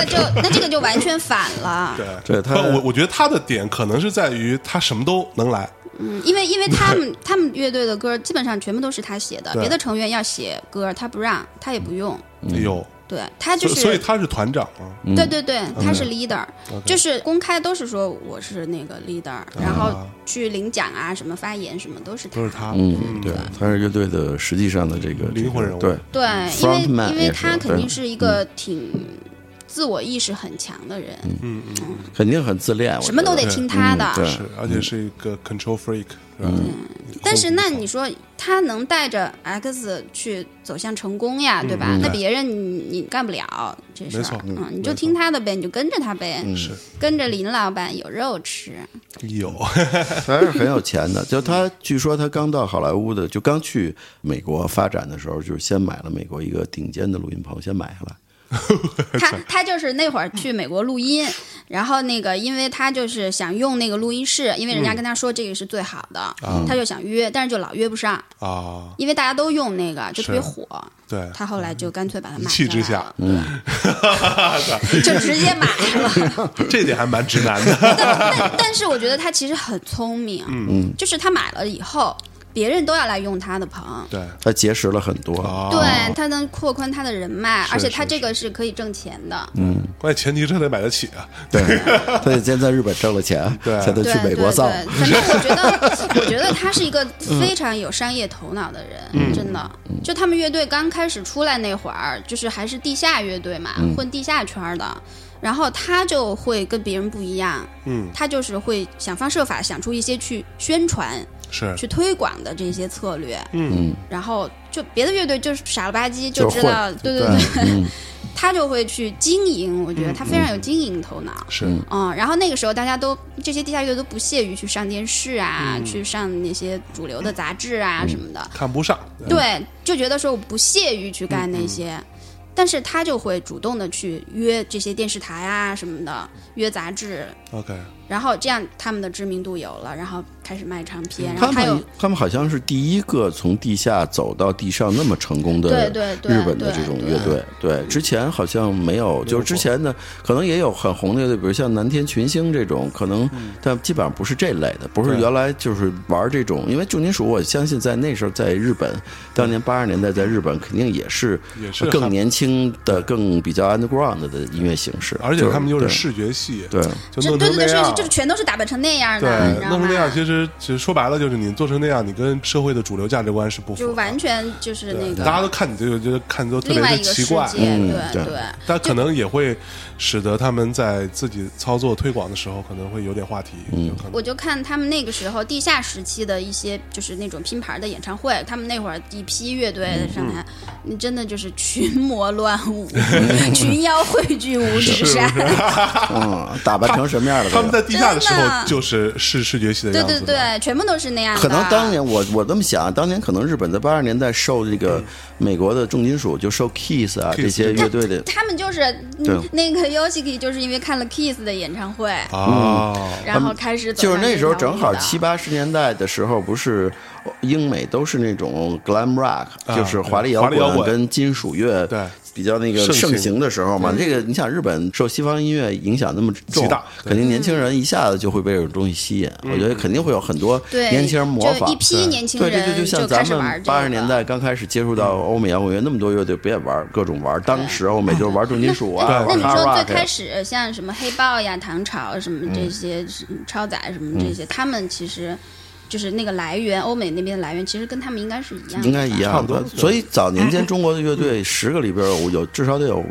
就那这个就完全反了。
对”
对他
不我我觉得他的点可能是在于他什么都能来，
嗯，因为因为他们他们乐队的歌基本上全部都是他写的，
对
别的成员要写歌他不让，他也不用。
嗯
有，
对他
所
就
以
是
所以他是团长啊嘛。
对对对，他是 leader，、就是公开都是说我是那个 leader，、然后去领奖啊、什么发言什么都是他。
都是他，
嗯，对，他是乐队的实际上的这个
灵魂人物
对，
对，因
Front
为
man
因为
也是
他肯定
对嗯
是一个挺自我意识很强的人，
嗯
肯定很自恋，我
什么
觉
都
得
得听他的。
嗯对
是，而且是一个 control freak，是吧？
但是那你说他能带着 X 去走向成功呀，对
嗯
吧？那别人你你干不了这事
嗯没
儿
错，
嗯，你就听他的呗，你就跟着他呗，
嗯
是
跟着林老板有肉吃。
有，
还是很有钱的。就他，据说他刚到好莱坞的，就刚去美国发展的时候，就是先买了美国一个顶尖的录音棚，先买下来。
他他就是那会儿去美国录
嗯
音，然后那个因为他就是想用那个录音室，因为人家
嗯
跟他说这个是最好的，
嗯
他就想约，但是就老约不上，
啊，
因为大家都用那个，就特别
是
火。
对，
他后来就干脆把它买
一气之下
下来了，对 就直接买 了。
这点还蛮直男 的。
但但是我觉得他其实很聪明，嗯，就是他买了以后，别人都要来用他的棚，
对，
他结识了很多，
啊，
对他能拓宽他的人脉，而且他这个是可以挣钱的，
关键前提是得买得起啊。
对，他得先在日本挣了钱，
对
才能
对
去美
对
国
对，
造。嗯
反正我觉 得，我觉得他是一个非常有商业头脑的人，真的。就他们乐队刚开始出来那会儿，就是还是地下乐队嘛，
嗯
混地下圈儿的。然后他就会跟别人不一样，
嗯，
他就是会想方设法想出一些去宣传、
是，
去推广的这些策略。
嗯，
然后就别的乐队就是傻了吧唧
就
就是知道，
混
对
对嗯
对， 他就会去经营。我觉得他非常有经营头脑。
是，
嗯，然后那个时候大家都这些地下乐队都不屑于去上电视啊，
嗯
去上那些主流的杂志啊什么的，
看不上。
嗯
对，就觉得说我不屑于去干那些，
嗯
但是他就会主动的去约这些电视台啊什么的，约杂志，
OK，
然后这样他们的知名度有了，然后开始卖唱片，然
嗯他
后还有
们他们好像是第一个从地下走到地上那么成功的
对对对
日本的这种乐队。
嗯
对，之前好像没有，就是之前的可能也有很红的乐队，比如像南天群星这种，可能
嗯
但基本上不是这类的，不是原来就是玩这种，因为重金属，我相信在那时候在日本，当年八十年代在日本肯定也是
嗯也是
更
很
年轻的、更比较 underground 的音乐形式，
而且他们又
就是
视觉系，
对。对
就
这
弄
对
成
对
那
对，是
样
就。全都是打扮成那样
对
的，你，知道
弄
吗
成那样，？其实实其实说白了就是你做成那样，你跟社会的主流价值观是不符
就
合的。
完全就是那
对，
个
大家都看你这个，就是看都特别
另外一
的
个
奇
世
怪，
界，
嗯
对
对
但可能也会使得他们在自己操作推广的时候可能会有点话题。嗯，可能
我就看他们那个时候地下时期的一些，就是那种拼盘的演唱会，他们那会儿一批乐队上台，你真的就是群魔乱舞，群妖汇聚五指山，
嗯，打扮成什么 样了？
他们在地下的时
真的
候就是视视觉系的
对
样子
对
嘛。
对，全部都是那
啊
样的。
可能当年我我这么想，当年可能日本在八十年代受这个美国的重金属，就受 Kiss 啊
嗯 Kiss
这些乐队的，
他们就是
对
那个 Yoshiki，就是因为看了 Kiss 的演唱会，
啊，
然后开始走
就是那
上
时候
这条
正好
路的
七八十年代的时候，不是英美都是那种 glam rock，、
啊
就是华丽
对
摇
华丽摇
滚
滚
跟金属乐
对
比较那个
盛行
盛行的时候嘛。这个你想，日本受西方音乐影响那么重
极大，对嗯
肯定年轻人一下子就会被这种东西吸引。我觉得肯定会有很多
对
年轻人模仿
就一。批年轻
对对对，
人
就像
开
咱
始玩
们
这个
八十年代刚开始接触到欧美摇啊滚乐，那么多乐队不也玩各种玩？当时欧美就是玩重金属啊，
那
玩
你
hard
说
rock
最
呀
开始呃像什么黑豹呀、唐朝什么
嗯
这些、嗯超载什么这些，他们其实就是那个来源，欧美那边的来源，其实跟他们应该是一样的。
应该一
差
样
不多
的。所以早年间中国的乐队十个里边有有至少得有五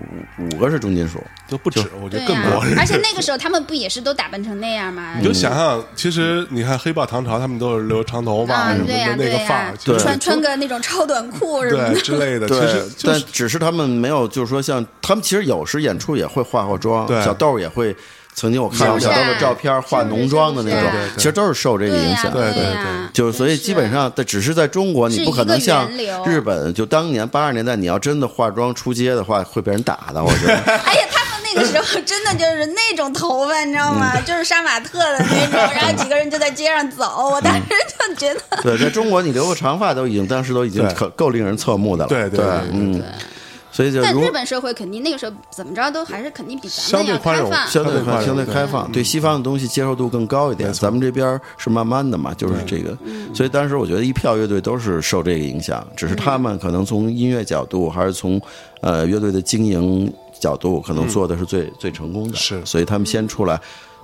五个是重金属，
都不止，我觉
对
得更
呀、
多。
而且那个时候他们不也是都打扮成那样吗？
嗯
啊
你就想想，其实你看黑豹、唐朝他们都是留长头发
啊
什，么
对呀、
的那
对
个
呀、
范儿，其实
穿穿个那种超短裤什么
对
的，
之类的，其实就
但
是
只是他们没有，就是说像他们其实有时演出也会化化妆，
对
小豆儿也会。曾经我看过
是
小
不是
豆的照片，化浓妆的那
是不
种
是对
对，对
其实都是受这个影
呀、
响。
对
对
对
呀、
就是所以基本上，但只是在中国，
啊是
你不可能像
一个源流
日本，就当年八十年代，你要真的化妆出街的话，会被人打的。我觉 得
哎呀，他们那个时候真的就是那种头发，你知道吗？就是杀马特的那种，然后几个人就在街上走，我当时就觉得。
对，在中国你留个长发都已经，当时都已经
对
可够令人侧目的了。
对对
对
对，
嗯，所以就
但
如
日本社会肯定那个时候怎么着都还是肯定比咱
相
们
对
要
宽
开
容
放，
相
相
对
对宽容
相对开放，对西方的东西接受度更高一点。咱们这边是慢慢的嘛，就是这个，
嗯
所以当时我觉得一票乐队都是受这个影响，只是他们可能从音乐角度，还是从呃乐队的经营角度，可能做的是最最成功的。
是
所以他们先出来，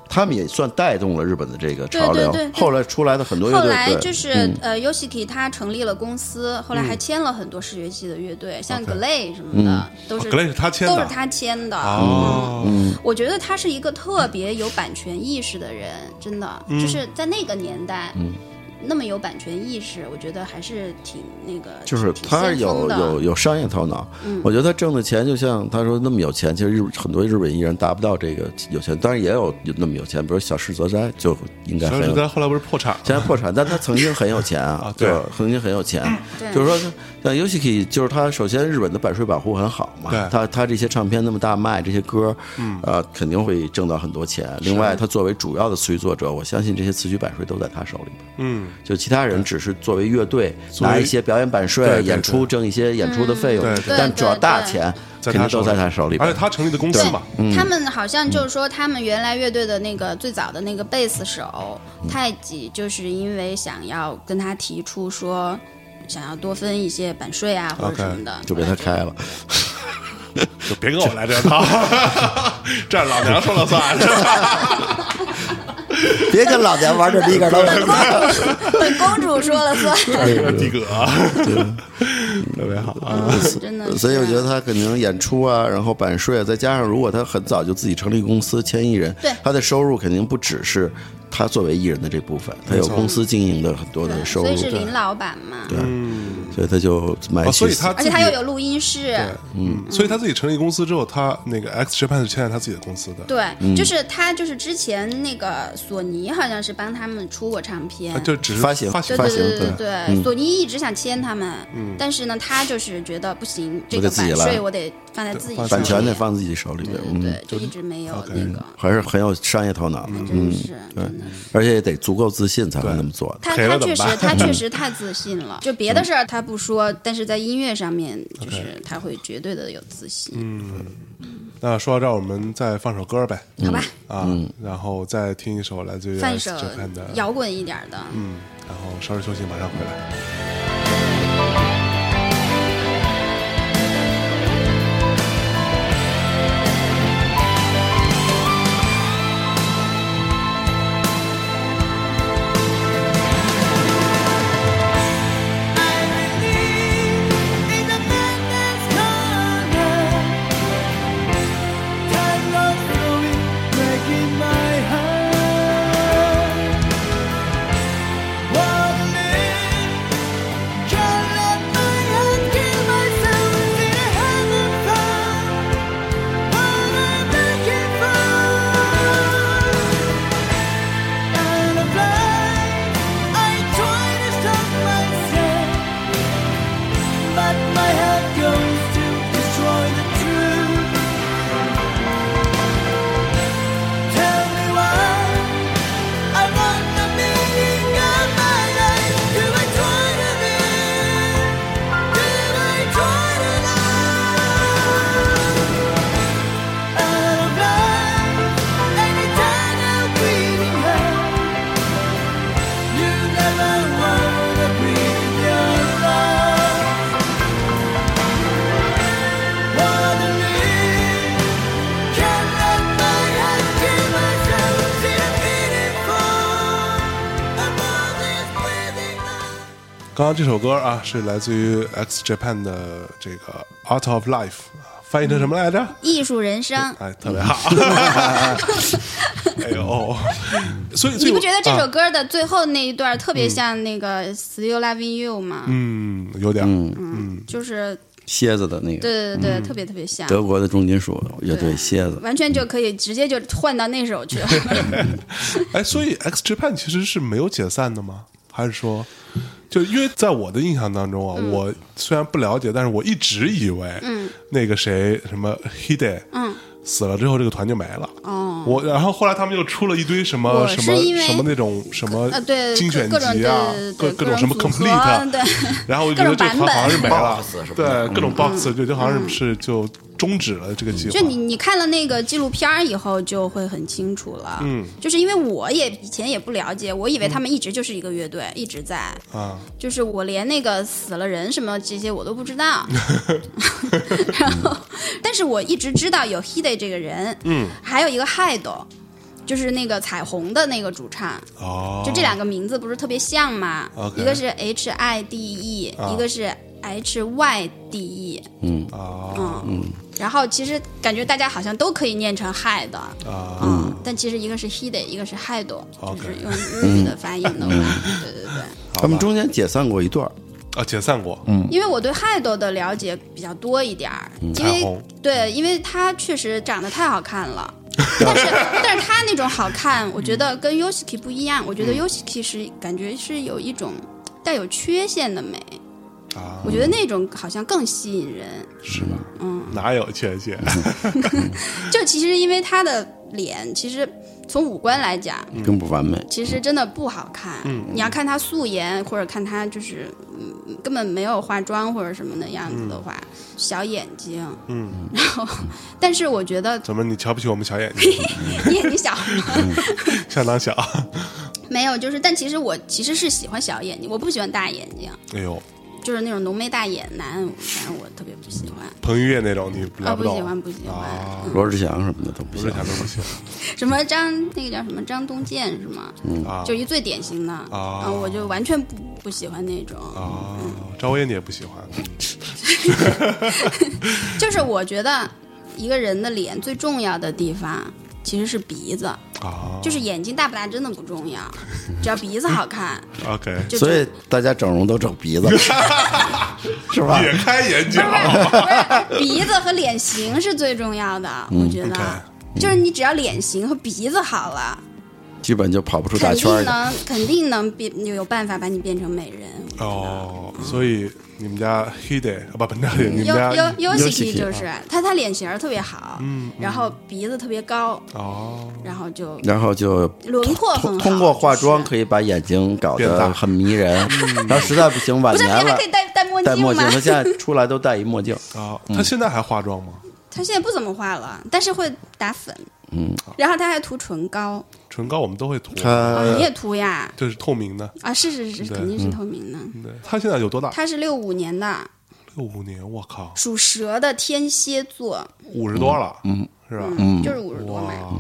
他们也算带动了日本的这个潮流
对对对。对
后来出来的很多乐
后
队，
来
对
就是、呃，Yoshiki 他成立了公司，后来还签了很多视觉系的乐队，像 Glay 什么的，都是、
哦 Glay 是他签的
都是他签的。嗯
哦，
我觉得他是一个特别有版权意识的人，真的，
嗯
就是在那个年代。那么有版权意识，我觉得还是挺那个，
就是
挺
他
先锋
有
的嗯
有有商业头脑，我觉得他挣的钱就像他说那么有钱，其实日很多日本艺人达不到这个有钱，当然也有有那么有钱，比如小室泽哉就应
嗯
该
小
很
野哲
有钱
哉后来不是破产了？
现在破产，但他曾经很有钱啊，
啊对
吧曾经很有钱。
嗯对
就是说，像 Yoshiki，就是他首先日本的版税保护很好嘛
对，
他他这些唱片那么大卖，这些歌，嗯，呃，肯定会挣到很多钱。另外，他作为主要的词曲作者，我相信这些词曲版税都在他手里边。
嗯，
就其他人只是作为乐队
作为
拿一些表演版
对
税、
对对
演出挣一些演出的费用
对对，
但
对
主要
对
大
对
钱
在
肯
他
定都在他手里边
而且。他成立的公司嘛，
嗯
他们好像就是说，他们原来乐队的那个最早的那个贝斯手
嗯
太极，就是因为想要跟他提出说，想要多分一些版税啊或者
OK，
什么的，
就被他开了，
就别跟我来这套， 这老娘说 了算，是吧？
别跟老娘玩这逼格了。
本公主说了 算，
地啊哥，特别好啊，
真的是。
所以我觉得他可能演出啊，然后版税啊，再加上如果他很早就自己成立公司签艺人
对，
他的收入肯定不只是他作为艺人的这部分，他有公司经营的很多的收入，
所以是
对
林老板嘛，
所以他就买
啊
起
所以他
而
自
且
己
他又有录音室，
嗯，所以他自己成立公司之后，他那个 X Japan 是签在他自己的公司的，
对，
嗯
就是他就是之前那个索尼好像是帮他们出过唱片
他，就只是
发行
发
对对
行
啊发
对
行
对对
对嗯
对，索尼一直想签他们，但是呢，他就是觉得不行，这
我
个
得自
版
己来
税我得放在自己手里，
版权得放自己手里边，
对
嗯，
对，就一直没有那个，
还是很有商业头脑的，
真
嗯，
是真的是。
而且也得足够自信才能那么做的。
他
赔
他
了
确
怎么
实
办
他确实太自信了， 就别的事儿他不说，但是在音乐上面，就是他会绝对的有自
嗯
信，
那说到这儿，我们再放首歌呗，
嗯
好吧？
啊，然后再听一首来自于
放一
X
首
Japan 的，
摇滚一点儿的，
嗯，然后稍事休息，马上回来。
「君の声が聞こえる」
刚刚这首歌啊，是来自于 X Japan 的这个《Art of Life》，翻译成什么来着？
嗯
艺术人生，
哎，特别好。哎呦，所以所以
你不
我
觉得这首
啊
歌的最后那一段特别像那个《Still Loving You》吗？
嗯有点儿
嗯，就是
蝎子的那个
对对对，
嗯
特别特别像，
德国的重金属乐队
对
蝎子，
完全就可以直接就换到那首去 了。
哎，所以 X Japan 其实是没有解散的吗？还是说，就因为在我的印象当中啊，
嗯
我虽然不了解，但是我一直以为，嗯，那个谁什么 Hide，嗯，死了之后这个团就没了。
哦，
我然后后来他们又出了一堆什么
我
什
是
么
因为
什么那种什么
呃，对，
精选
各种
集啊，各
对对对
各种什么
组合啊
complete，
对，
然后我就
各
觉
种
得这
版
团好像是
本。嗯
没了
Box 什么，的
对，各种 box 就就好像是就终止了这个计划。
就你你看了那个纪录片儿以后，就会很清楚了。嗯，就是因为我也以前也不了解，我以为他们一直就是一个乐队，一直在。
啊，
就是我连那个死了人什么这些我都不知 道，然后，但是我一直知道有 Hide 这个人，嗯，还有一个 Hide，就是那个彩虹的那个主唱，
哦，
就这两个名字不是特别像嘛
OK
一个是 H I D E，、
啊
一个是 H Y D E，
嗯，
啊
嗯然后其实感觉大家好像都可以念成 Hide，
啊，
嗯，但其实一个是 Hide，一个是 Hide，就
OK
是用日语的发音的话，对对对。
他们中间解散过一段儿，
啊，解散过，
因为我对海斗的了解比较多一点儿，因
彩
为
虹
对，因为他确实长得太好看了。但是，但是他那种好看，我觉得跟 Yoshiki 不一样。我觉得 Yoshiki 是感觉是有一种带有缺陷的美，
啊，
我觉得那种好像更吸引人。
是吧？嗯，哪有缺陷？
嗯就其实因为他的脸，其实从五官来讲，
更不完美。
其实真的不好看。
嗯
你要看他素颜，或者看他就是嗯根本没有化妆或者什么的样子的话，小眼睛，
嗯，
然后， 但是我觉得
怎么你瞧不起我们小眼睛？
眼睛小
相当小。
没有，就是，但其实我其实是喜欢小眼睛，我不喜欢大眼睛，
哎呦，
就是那种浓眉大眼男，反正我特别不喜欢。
彭于晏那种你
啊、
来
不
懂
喜欢，不喜欢，
啊
罗志祥什么的都不
不是
行
想。都不行
什么张那个叫什么张东健是吗？
啊
嗯就一最典型的
啊
我就完全不不喜欢那种。
啊！赵薇你也不喜欢，
就是我觉得一个人的脸最重要的地方其实是鼻子，
啊
哦
就是眼睛大不大真的不重要，只要鼻子好 看
OK，
就。
所以大家整容都整 鼻子，是吧？
也开 眼角
不是鼻子和脸型是最重要的，
嗯
我觉得
OK，
就是你只要脸型和鼻子好了，
基本就跑不出大
肯
圈儿
定
去。
能肯定能变有办法把你变成美人。
哦，所以你们家 Hide 啊不不，那你们
优
家
优优
Yoshiki，
喜就是他，他脸型儿特别好，
嗯
然后鼻子特别高，
哦
然后就
然后就
轮廓很
通
好，
通过化妆
就是
可以把眼睛搞
变大
得很迷人，然后实在不行晚
不是
年
还
了
可以戴戴墨
戴
镜
墨镜，
吗
他？现在出来都戴一墨镜，
啊，
嗯
他现在还化妆吗？
他现在不怎么化了，但是会打粉，
嗯
然后他还涂唇膏，
唇膏我们都会涂，
啊
他
你也涂呀？
就是透明的。
啊，是是是，
对
肯定
嗯
是透明的。
对，他现在有多大？
嗯他是六五年的，
六五年，我靠，
属蛇的天蝎座，
五十多了，嗯，是吧？
嗯，就是五十多嘛。
哇，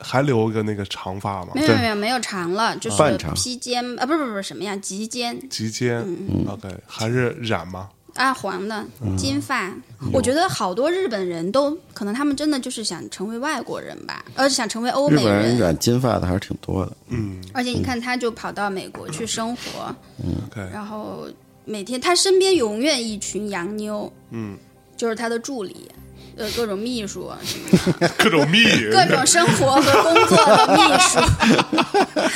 还留个那个长发吗？
没有没有没有长了，就是
半长
披肩啊，不是不是不是什么呀，及肩
及肩、o
嗯
k 还是染吗？
啊，黄的
嗯
金发。我觉得好多日本人都可能他们真的就是想成为外国人吧，而且想成为欧
日
美
本人染金发的还是挺多的。
嗯
而且你看，他就跑到美国去生活，
，OK，
然后每天他身边永远一群洋妞，
嗯，
就是他的助理。呃，各种秘书，
各种蜜，
各种生活和工作的秘书，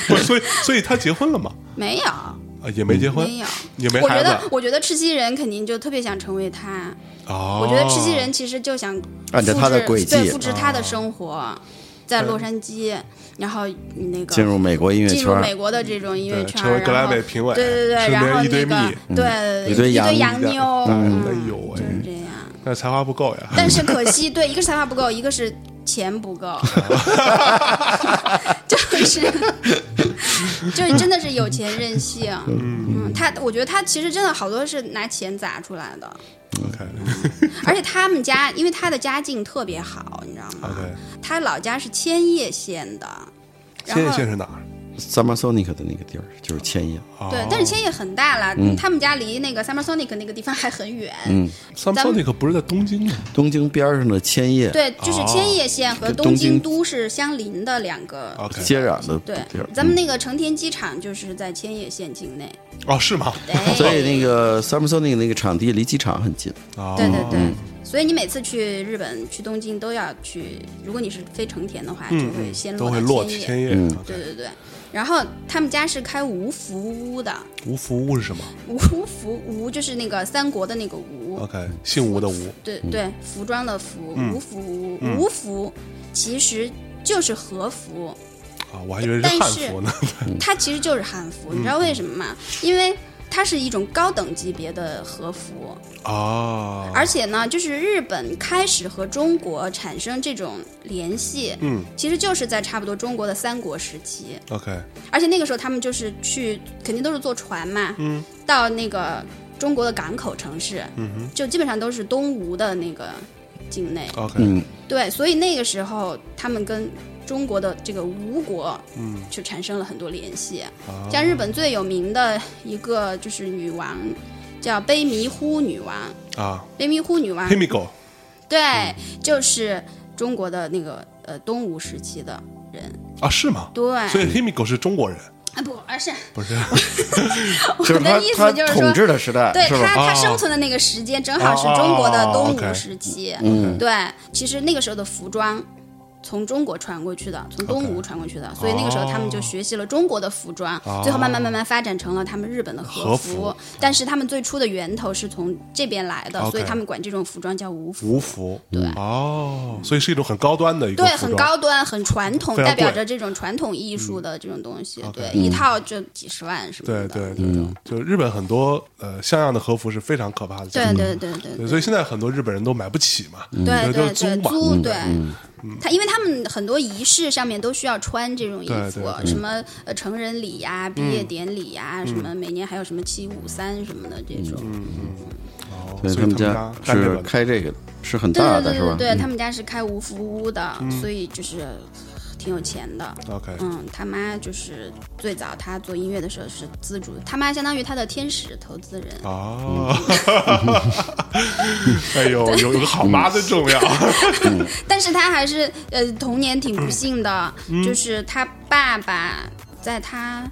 不是，所以所以他结婚了吗？
没有，
啊，也没结婚，
没有，
也没
我觉
孩
得，
子。
我觉得赤西仁肯定就特别想成为他。
哦，
我觉得赤西仁其实就想
按照
复
他的
制
轨
对
迹
复制他的生活，
哦
在洛杉矶，然后那个
进入美国音乐
进
圈
入
儿，
美国的这种音乐
对
圈
成为
儿，
格莱
然后
美评委
对对对，
身边
然后
一
那
堆
个
蜜
对
一堆洋
洋妞，
嗯
嗯
哎呦喂
就是这样。
那才华不够呀。
但是可惜，对，一个是才华不够，一个是钱不 够，就是就是真的是有钱任性。嗯，他我觉得他其实真的好多是拿钱砸出来的，
OK
而且他们家因为他的家境特别好，你知道吗？
OK，
他老家是千叶县的，然
千叶
后
县是哪儿？哦
Summer Sonic 的那个地儿，就是千叶。
对，但是千叶很大了，他们家离那个 Summer Sonic 那个地方还很远。
三
咱
炮
们
那可不是在东京吗？啊
东京边上的千叶，
对，就是千叶县和哦东
东京
京都是相邻的两个。
OK
接壤的
对
地儿，。嗯
咱们那个成田机场就是在千叶县境 内。
哦，是吗？
对，
嗯所以那个 Summer Sonic 那个场地离机场很 近。
啊，
对对对，
嗯
所以你每次去日本、去东京都要去，如果你是飞成田的话，就会先
嗯都
落
会落
到
地
叶。
千叶。
对对对，然后他们家是开无服屋的，
吴服屋是什么
无服屋就是那个三国的那个吴。
？OK，姓哦吴的嗯吴。
对
嗯
对，服装的服，无服屋，无服其实就是和服，
啊，我还以为是
但是
汉服呢。
它其实就是汉服，你知道
嗯
为什么吗？因为它是一种高等级别的和服，
哦啊，
而且呢，就是日本开始和中国产生这种联系，
嗯
其实就是在差不多中国的三国时期，
，OK，
而且那个时候他们就是去，肯定都是坐船嘛，
嗯，
到那个中国的港口城市，
嗯哼
就基本上都是东吴的那个境内，
，OK，
嗯，
对，所以那个时候他们跟中国的这个吴国
嗯，
就产生了很多联系。
啊
像日本最有名的一个就是女王，叫卑弥呼女王。
啊
卑弥呼女王，
，Himiko
对，就是中国的那个呃东吴时期的人。
啊，是吗？
对，
所以 Himiko 是中国人，
啊不，而是
不 是？
我
就是他
的意
他
思就是
统
说。
治的时代
对
是
他，
吧？
他
哦
生存的那个时间正好是中国的东
哦哦哦
吴
，OK
时期。
嗯
对，其实那个时候的服装从中国传过去的，从东吴传过去的，所以那个时候他
哦
们就学习了中国的服装，最后慢慢慢慢发展成了他们日本的
和
和服。
服
但是他们最初的源头是从这边来的
OK
所以他们管这种服装叫吴服。
吴服。
对
哦，所以是一种很高端的一个
对，
服
很
装。
高端，很传统，
非常
代表
贵嗯
着这种传统艺术的这种东西。
OK
对，一套就几十万什么
对
的。
对对，
嗯
对就日本很多呃像样的和服是非常可怕的。
对嗯对对对
对，所以现在很多日本人都买不起嘛，
对
嗯就
对
是嗯
对，
租嘛，
租对，他因为他们很多仪式上面都需要穿这种衣
对
服
对，嗯
什么呃成人礼呀、毕业典礼呀，什么每年还有什么七五三什么的这种。
嗯哦
对
所
他
以
们
家
家
干这
是
个的
开这个的，是很
对
大
对
的
对
是
对
吧？
嗯
对，他们家是开无服屋的，所以就是挺有钱的。
OK，
嗯，他妈就是最早他做音乐的时候是资助，他妈相当于他的天使投资人。
啊，哎呦，有有个好妈最重要。
但是他还是呃童年
嗯
挺不幸的，就是他爸爸在他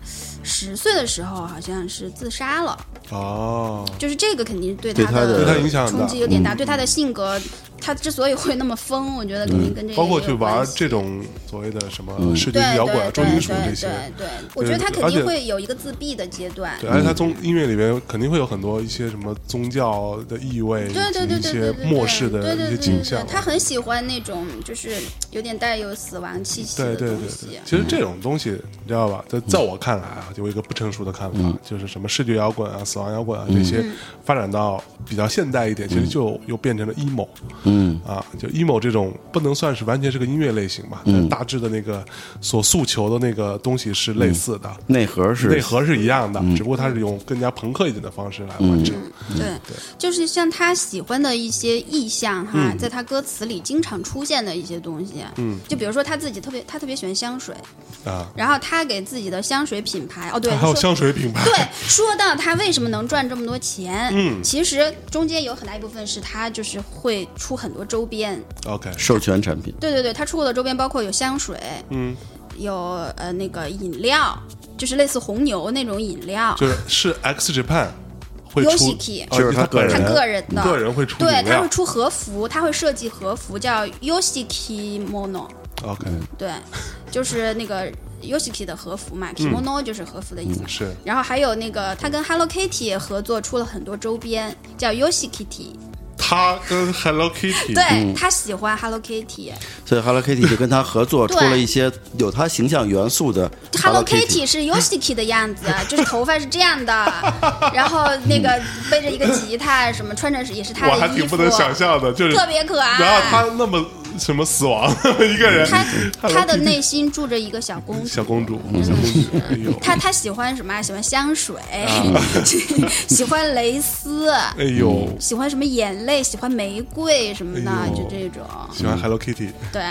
十岁的时候好像是自杀了，
哦，
就是这个肯定对
对他
的
的对
他影响很大嗯
冲击有点大，对他的性格，他之所以会那么疯，我觉得肯定跟这个
包括
也
去
有
玩
关系
这种所谓的什么世界
嗯对
摇滚啊、重金属
对
这些
对，对对，我觉得他肯
而且
定会有一个自闭的阶段。
对，而且
嗯
他宗音乐里面肯定会有很多一些什么宗教的意味，
对对对
以
对
及一
对
些
对，
末世
对对
的一
对
些
对
景
对
象啊。
他很喜欢那种就是有点带有死亡气息
对
的
对
东
对
西
对，。其实这种东西你知道吧？在在我看来啊，有一个不成熟的看
嗯
法，就是什么视觉摇滚啊、死亡摇滚啊这些，
嗯
发展到比较现代一点，其实就又变成了 emo
嗯，
啊，就 emo 这种不能算是完全是个音乐类型
嗯
吧，但大致的那个所诉求的那个东西是类似的，
内核嗯是嗯
内核是一样的，只不过它是用更加朋克一点的方式来完成。
对，就是像他喜欢的一些意象哈，
嗯
在他歌词里经常出现的一些东西，嗯，就比如说他自己特别，他特别喜欢香水，
啊，
然后他给自己的香水品牌，哦对，
还有
说
香水品牌，
对，说到他为什么能赚这么多钱，嗯，其实中间有很大一部分是他就是会出很多周边，
，OK，
授权产品。
对对对，他出过的周边包括有香水，
嗯，
有呃那个饮料，就是类似红牛那种饮料，
就是是 X Japan 会出，
Yoshiki
啊
就是他
个
个
他
人
个人的
个人会出饮料，
对，他会出和服，他会设计和服，叫 Yoshiki Mono，
OK，
对，就是那个 Yoshiki 的和服嘛，kimono 就是和服的意思嘛。
是
然后还有那个，他跟 Hello Kitty 也合作出了很多周边，叫 Yoshikitty。
他跟 Hello Kitty
对他喜欢 Hello Kitty，
所以 Hello Kitty 就跟他合作，出
对
了一些有他形象元素的
Hello
Kitty。
Kitty 是 Yoshiki 的样子，啊就是头发是这样的，然后那个背着一个吉他，什么穿着是也是他
我还
的衣
挺
服
不，能想象的，就是
特别可爱。
然后他那么什么死亡一个人，
他他的内心住着一个小公主
小。公主，小公主，哎呦，
嗯他他喜欢什么啊？喜欢香水，
啊
喜欢蕾丝，
哎呦，
喜欢什么眼泪，喜欢玫瑰什么的，
哎呦嗯
就这种。
喜欢 Hello Kitty，
对，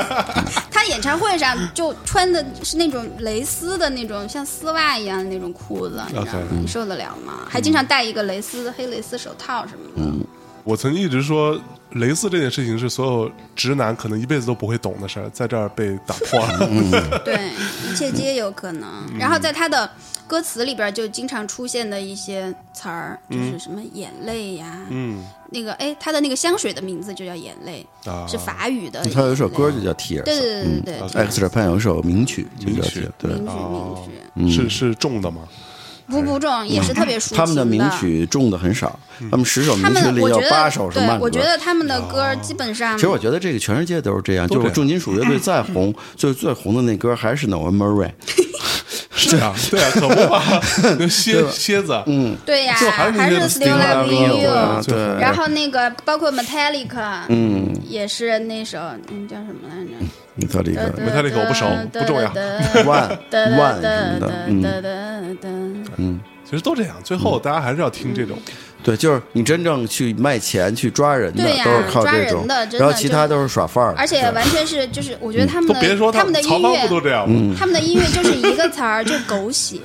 他演唱会上就穿的是那种蕾丝的那种像丝袜一样的那种裤子，你知道
OK
吗？你受得了吗？还经常戴一个蕾丝黑蕾丝手套什么的。
我曾经一直说，蕾丝这件事情是所有直男可能一辈子都不会懂的事儿，在这儿被打破
嗯
了。
对，一切皆有可能。
嗯
然后在他的歌词里边就经常出现的一些词儿，就是什么眼泪呀，
嗯，
那个哎，他的那个香水的名字就叫眼泪，
啊
是法语的。
他有一首歌就叫 Tears，
对对对对对对
X 战有一首名曲就
名
叫
曲
Tears，对。
名句
哦
名句，
嗯
是是重的吗？
不不重也是特别抒情
他们的名曲中的很少，
嗯
他们十首名
他
曲
们
里
我
有
觉得
八首是
对
慢，歌。哦
我觉得嗯他们的歌基本上
其实我觉得这个全世界都是这样，
都这
就
样嗯
是重金属乐队再红，就是最红的那歌还是 November Rain，
是啊，对啊，可 不嘛，那蝎蝎子，嗯，
对呀，
就还是那
是
个
Still
Still
Love
Love You，
You。
最
啊对，
然后那个包括 Metallica，嗯，也是那首，嗯，叫什么来着？
你看这个
Metallica 我不熟
嗯
不重要
One One 什么的，嗯，
嗯其实都这样。最后
嗯
大家还是要听这种，
对，就是你真正去卖钱去抓人的
对呀
都是靠这种
抓人的，真的
然后其他都是耍范儿的，
而且完全是就是，我觉得他们
嗯都
的
别说
他们的
们
音
曹芳不都
乐，嗯
这样吗？
他们的音乐就是一个词儿，就狗血，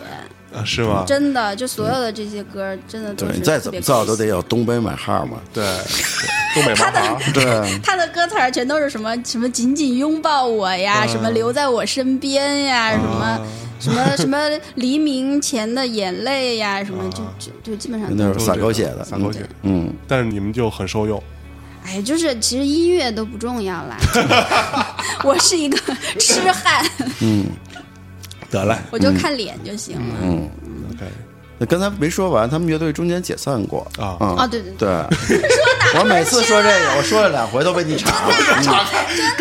啊，是吗？
真的，就所有的这些歌真的都
对，
是
你再
特
怎
别
么
狗
造都
血
得有东北买号嘛，
对，东北麻麻，
对，
他的歌词儿全都是什么什么紧紧拥抱我呀，
嗯
什么留在我身边呀，
啊
什么什么什么黎明前的眼泪呀，什
啊
么就就就基本上
那
都
是
是。
撒狗血的，
撒狗血。
嗯，
但是你们就很受用，
哎，就是其实音乐都不重要啦，我是一个痴汉，
得嘞
我就看脸就行了。
嗯
，OK，
那刚才没说完，他们乐队中间解散过
啊
嗯
哦，对对对，
对，我每次说这个，我说了两回都被你查了，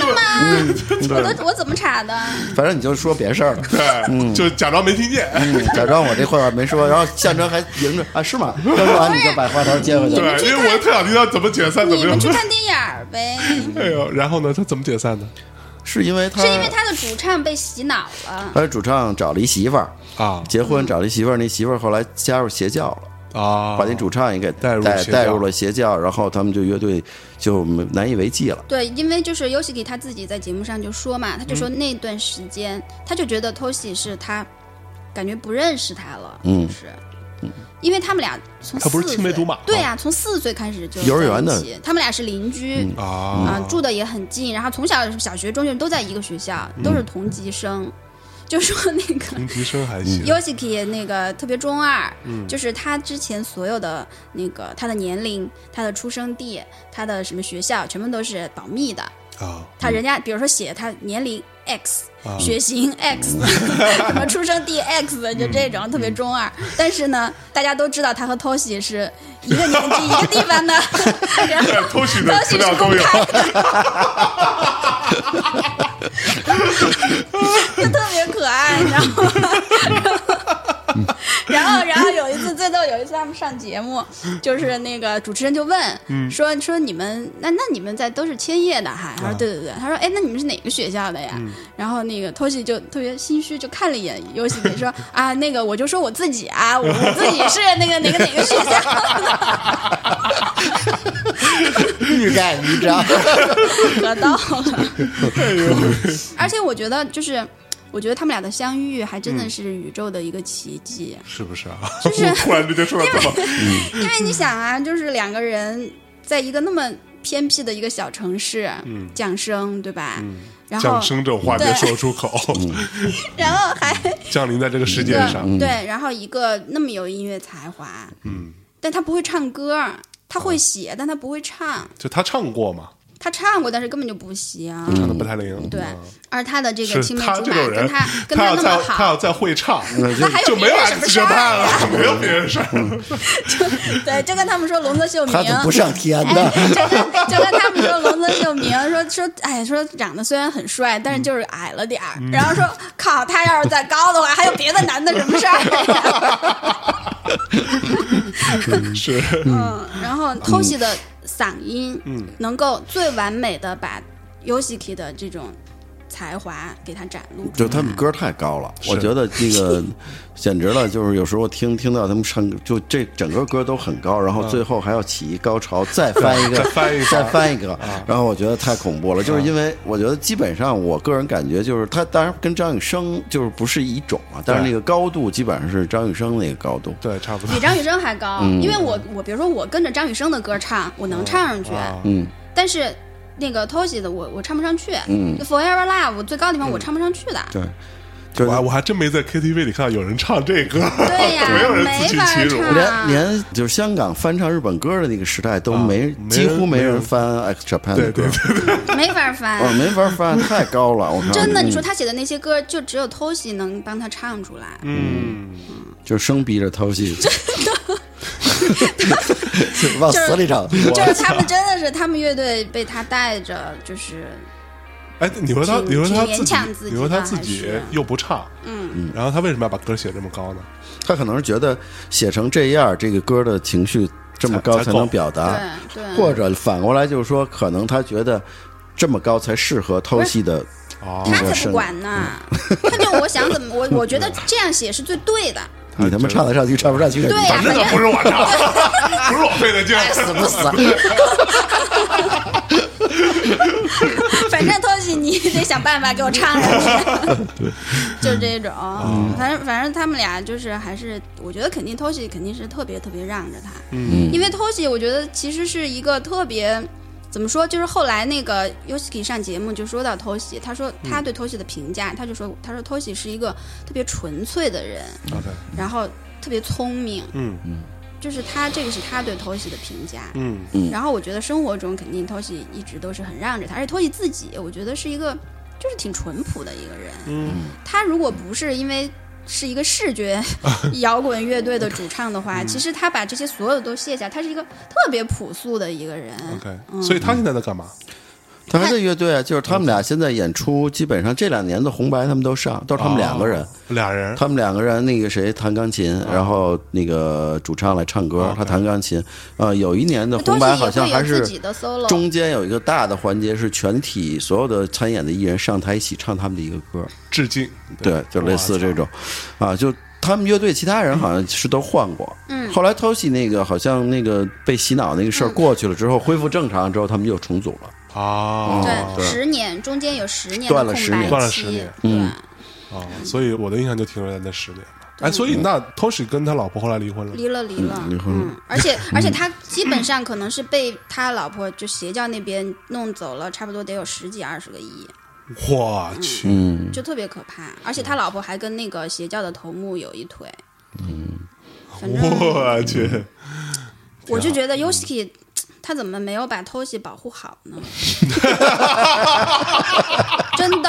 我都我怎么查的？
嗯反正你就说别事儿了，
对，就假装没听见。
嗯，假装我这话没说，然后象征还迎着啊，是吗？要说完你就把话头接回去了。
对，因为我特想听到怎么解散，怎
你
么
们去
样。
看电影儿呗，
哎呦，然后呢，他怎么解散的？
是因为他，
是因为他的主唱被洗脑了。
他是主唱找了一媳妇儿，
啊
结婚找了一媳妇儿，那媳妇儿后来加入邪教了。
啊，
把那主唱也给
带入
带
邪教
带入了邪教，然后他们就乐队就难以为继了。
对，因为就是尤 s 里他自己在节目上就说嘛，他就
嗯
说那段时间，他就觉得 Toshi 是他感觉不认识他了，
嗯
就是，因为他们俩从
他不是
四
青梅
岁
竹马吗
对呀、从四岁开始就
幼儿
在
园
一
的嗯
起，他们俩是邻居。
啊
啊，住的也很近，然后从小小学、中学都在一个学校，都是同级生，就说那个
同级生还行
y o s i k i 那个特别中二，就是他之前所有的那个他的年龄、他的出生地、他的什么学校，全部都是保密的。
啊，
他人家比如说写他年龄 X，、血型 X，什么出生地 X，就这种、特别中二。但是呢，大家都知道他和 Toshi 是一个年纪、一个地方的， 然后
Toshi 的
Toshi
资料都
是公
有
开 的。就特别可爱，你知道吗？ 然后，然后有一次最逗，有一次他们上节目，就是那个主持人就问，
嗯
说说你们那那你们在都是千叶的哈？
啊
他说对对对，他说哎，那你们是哪个学校的呀？
嗯
然后那个 Toshi 就特别心虚，就看了一眼游戏， 说啊，那个我就说我自己啊，我我自己是那个哪个哪个学校
欲盖弥 彰，
得到了。
哎
而且我觉得就是。我觉得他们俩的相遇还真
嗯
的是宇宙的一个奇迹。
是不是啊？
我突然之间说到这么，
因为你想啊，就是两个人在一个那么偏僻的一个小城市，降生，对吧？然后
嗯降，生这种话别说出口，
然后还
降临在这个世
一
界
个
上，
对，然后一个那么有音乐才华，
嗯，哦
但他不会唱歌，他会写，但他不会唱。
就他唱过嘛，
他唱过，但是根本就不行。
唱的不太灵，
对
嗯，
而他的这个
是
青梅
他
竹
这
马
种
跟
人
他，跟
要
那
再
么
他要
好，
再会 唱，
嗯
那还有
就
别
没有
人
X
什么事
学
儿
派
啊？
了，没 有别人事儿。
对，就跟他们说龙泽秀明，
他怎么不上天呢？
哎， 就跟就跟他们说龙泽秀明说说，哎，说长得虽然很帅，但是就是矮了点
嗯
儿。然后说，靠，他要是再高的话，还有别的男的什么事儿？
是
嗯
嗯，然后偷袭的嗓音，嗯，能够最完美的把。 Yoshiki 的这种才华给他展露。
就他们歌太高了，我觉得这 个简直了，就是有时候听听到他们唱，就这整个歌都很高，然后最后还要起一高潮，再翻一个，再
嗯 翻一个啊
个，然后我觉得太恐怖了，就是因为我觉得基本上我个人感觉就是他，当然跟张雨生就是不是一种啊，但是那个高度基本上是张雨生那个高度，
对，差不多
比。张雨生还高，
嗯
因为我我比如说我跟着张雨生的歌唱，我能唱上去，
啊
嗯
但是那个 Toshi 的我我唱不上去、
嗯，哦
f o r e v e r Love 最高的地方我唱不上去的，
对，就是
我还我还真没在 KTV 里看到有人唱这歌，
对呀、
没有人自
没
取
法
其辱
唱，
连连就是香港翻唱日本歌的那个时代都
啊
没，
没
几乎
人
没
没
人
人
翻 X Japan 的
对
歌
对，
没法翻。
哦，没法翻，太高了，我看
真的，
嗯
你说他写的那些歌，就只有 Toshi 能帮他唱出来。
嗯，
就生逼着偷戏，往死里整，
就是他们真的是他们乐队被他带着，就是
哎，你说他，
挺
你说他
挺勉
自己
强自，己
你说他
吧
自
还
己
是
又不差，嗯，然后他为什么要把歌写这么高呢？
他可能是觉得写成这样，这个歌的情绪这么高
才才
才
够
能表达，
对对，
或者反过来就是说，可能他觉得这么高才适合偷戏的，
啊，
他
那个
才
是
不管呢，他就我想怎么，我我觉得这样写是最对的。
你他妈唱得上去，唱不上去，
对呀、
真的
反
不
正
是我唱，不是我费的劲儿，
死不死？
反正东西你得想办法给我唱上去，就是这种。反正反正他们俩就是还是，我觉得肯定 Toshi 肯定是特别特别让着他，
嗯
因为 Toshi 我觉得其实是一个特别。怎么说？就是后来那个 Yoshiki 上节目就说到 Toshi，他说他对 Toshi 的评价，他就说他说 Toshi 是一个特别纯粹的人，
嗯
，OK，
然后特别聪明，
嗯
就是他这个是他对 Toshi 的评价。
嗯，
然后我觉得生活中肯定 Toshi 一直都是很让着他，而且 Toshi 自己我觉得是一个就是挺淳朴的一个人。
嗯，
他如果不是因为是一个视 觉摇滚乐队的主唱的话，
嗯
其实他把这些所有都卸下，他是一个特别朴素的一个人。嗯
OK，所以他现在在干嘛？
他还在乐队啊，就是他们俩现在演出，基本上这两年的红白他们都上，都是他们两个人。
俩人，
他们两个人，那个谁弹钢琴，
嗯
然后那个主唱来唱歌，他弹钢琴。呃，有一年的
哦那 Toshi
红白好像
也会
还
有自
是
己的 solo，
中间有一个大的环节是全体所有的参演的艺人上台一起唱他们的一个歌，
致敬，
对，就类似这种，啊，就他们乐队其他人好像是都换过。
嗯
后来 Toshi 那个好像那个被洗脑那个事儿过去了
嗯
之后，恢复正常之后，他们又重组了。
啊，
对十年中间有十年的
哦断了
空白
十
期，
年嗯
断了十年
对。
啊，所以我的印象就停留在那十年了。哎，所以那 Toshi 跟他老婆后来离婚了，
离了，离了，
嗯离婚了
嗯，而 且而且他基本上可能是被他老婆就邪教那边弄走了，差不多得有十几二十个亿，
我去，
嗯，
就特别可怕。而且他老婆还跟那个邪教的头目有一腿，嗯，反正
我去，
嗯
我就觉得 Yoshiki 他怎么没有把 Toshi 保护好呢？ 真的，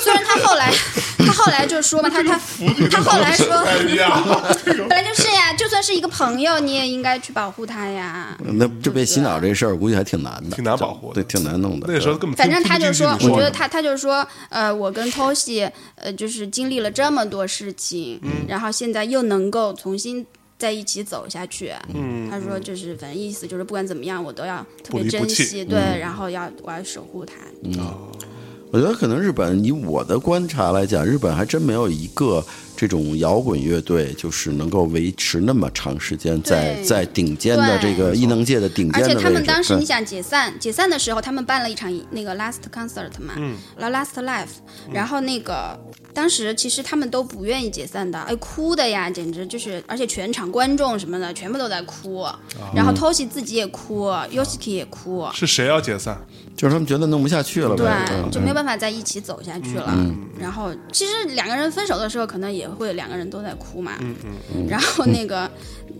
虽然他后来他后来就说嘛，他他他后来说，本来就是呀，就算是一个朋友，你也应该去保护他呀。
那这被洗脑这事儿，估计还挺难的，
挺难保护的
对，挺难弄的。
那时候根本
反正他就说，我
听不进去你
觉得
的
他他就说，呃，我跟 Toshi，呃，就是经历了这么多事情，
嗯
然后现在又能够重新在一起走下去。
嗯
他说就是反正意思就是不管怎么样，我都要特
不
别
离不
珍
弃嗯
惜，对，然后要我要守护他。
我觉得可能日本，以我的观察来讲，日本还真没有一个这种摇滚乐队，就是能够维持那么长时间在
对
在顶尖的这
对
个异能界的顶尖
而
的位
且
置。嗯
他们当时，
对
你想解散，解散的时候，他们办了一场那个 last concert 嘛，然后 last life，然后那个当时其实他们都不愿意解散的，哎，哭的呀，简直就是，而且全场观众什么的全部都在哭，然后 Toshi 自己也哭，Yoshiki 也哭，
是谁要解散？
就是他们觉得弄不下去了
对
呗，嗯，
就没有办法在一起走下去了。
嗯
然后其实两个人分手的时候，可能也会两个人都在哭嘛。然后那个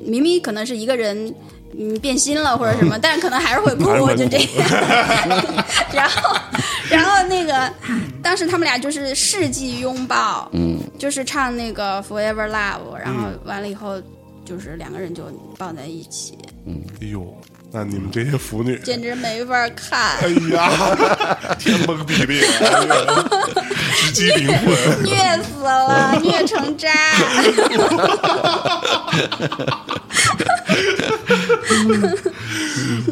明明可能是一个人。嗯，变心了或者什么，但是可能还是会哭
还是，会哭
就这样。 然后，然后那个，当时他们俩就是世纪拥抱，嗯，就是唱那个 Forever Love，然后
嗯
完了以后，就是两个人就抱在一起，
哎呦，那你们这些腐 女，
简直没法看。
哎呀，天崩地裂，哎呀直击灵 魂。
虐死 了，虐成渣。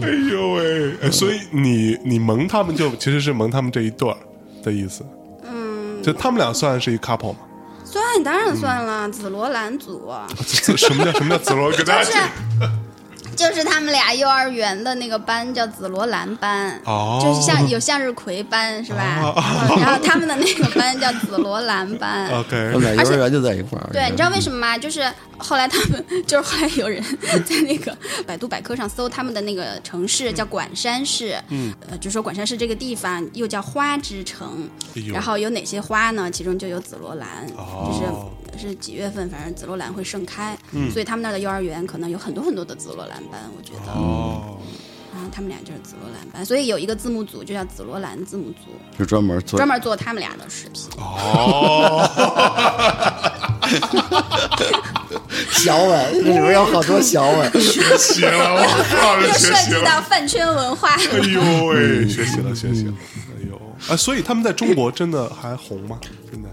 哎呦喂！哎所以你你蒙他们就其实是蒙他们这一对儿的意思，
嗯，
就他们俩算是一 couple 吗？
算当然算了，紫罗兰组
紫什么叫什么叫紫罗？给大 家
就是
解
就是他们俩幼儿园的那个班叫紫罗兰班，
哦
就是向有向日葵班是吧？嗯 然后他们的那个班叫紫罗兰 班，
哦
他们
OK，哎
俩幼儿园就在一块儿。
对，你知道为什么吗？就是后来他们，就是后来有人在那个百度百科上搜他们的那个城市叫管山市，嗯，呃，就说管山市这个地方又叫花之城，
哎呦
然后有哪些花呢？其中就有紫罗兰，
哦
就是是几月份，反正紫罗兰会盛开，
嗯
所以他们那儿的幼儿园可能有很多很多的紫罗兰班，我觉得，
哦，
然后他们俩就是紫罗兰班，所以有一个字幕组就叫紫罗兰字幕组，
就专门做
专门做他们俩的视频。
小吻，里面有好多小 吻，
学习了，我
哦
靠，
又
学
涉
习
及
了，
到饭圈文 化，
哎呦喂，
学习了，学习了，哎呦，啊，所以他们在中国真的还红吗？现在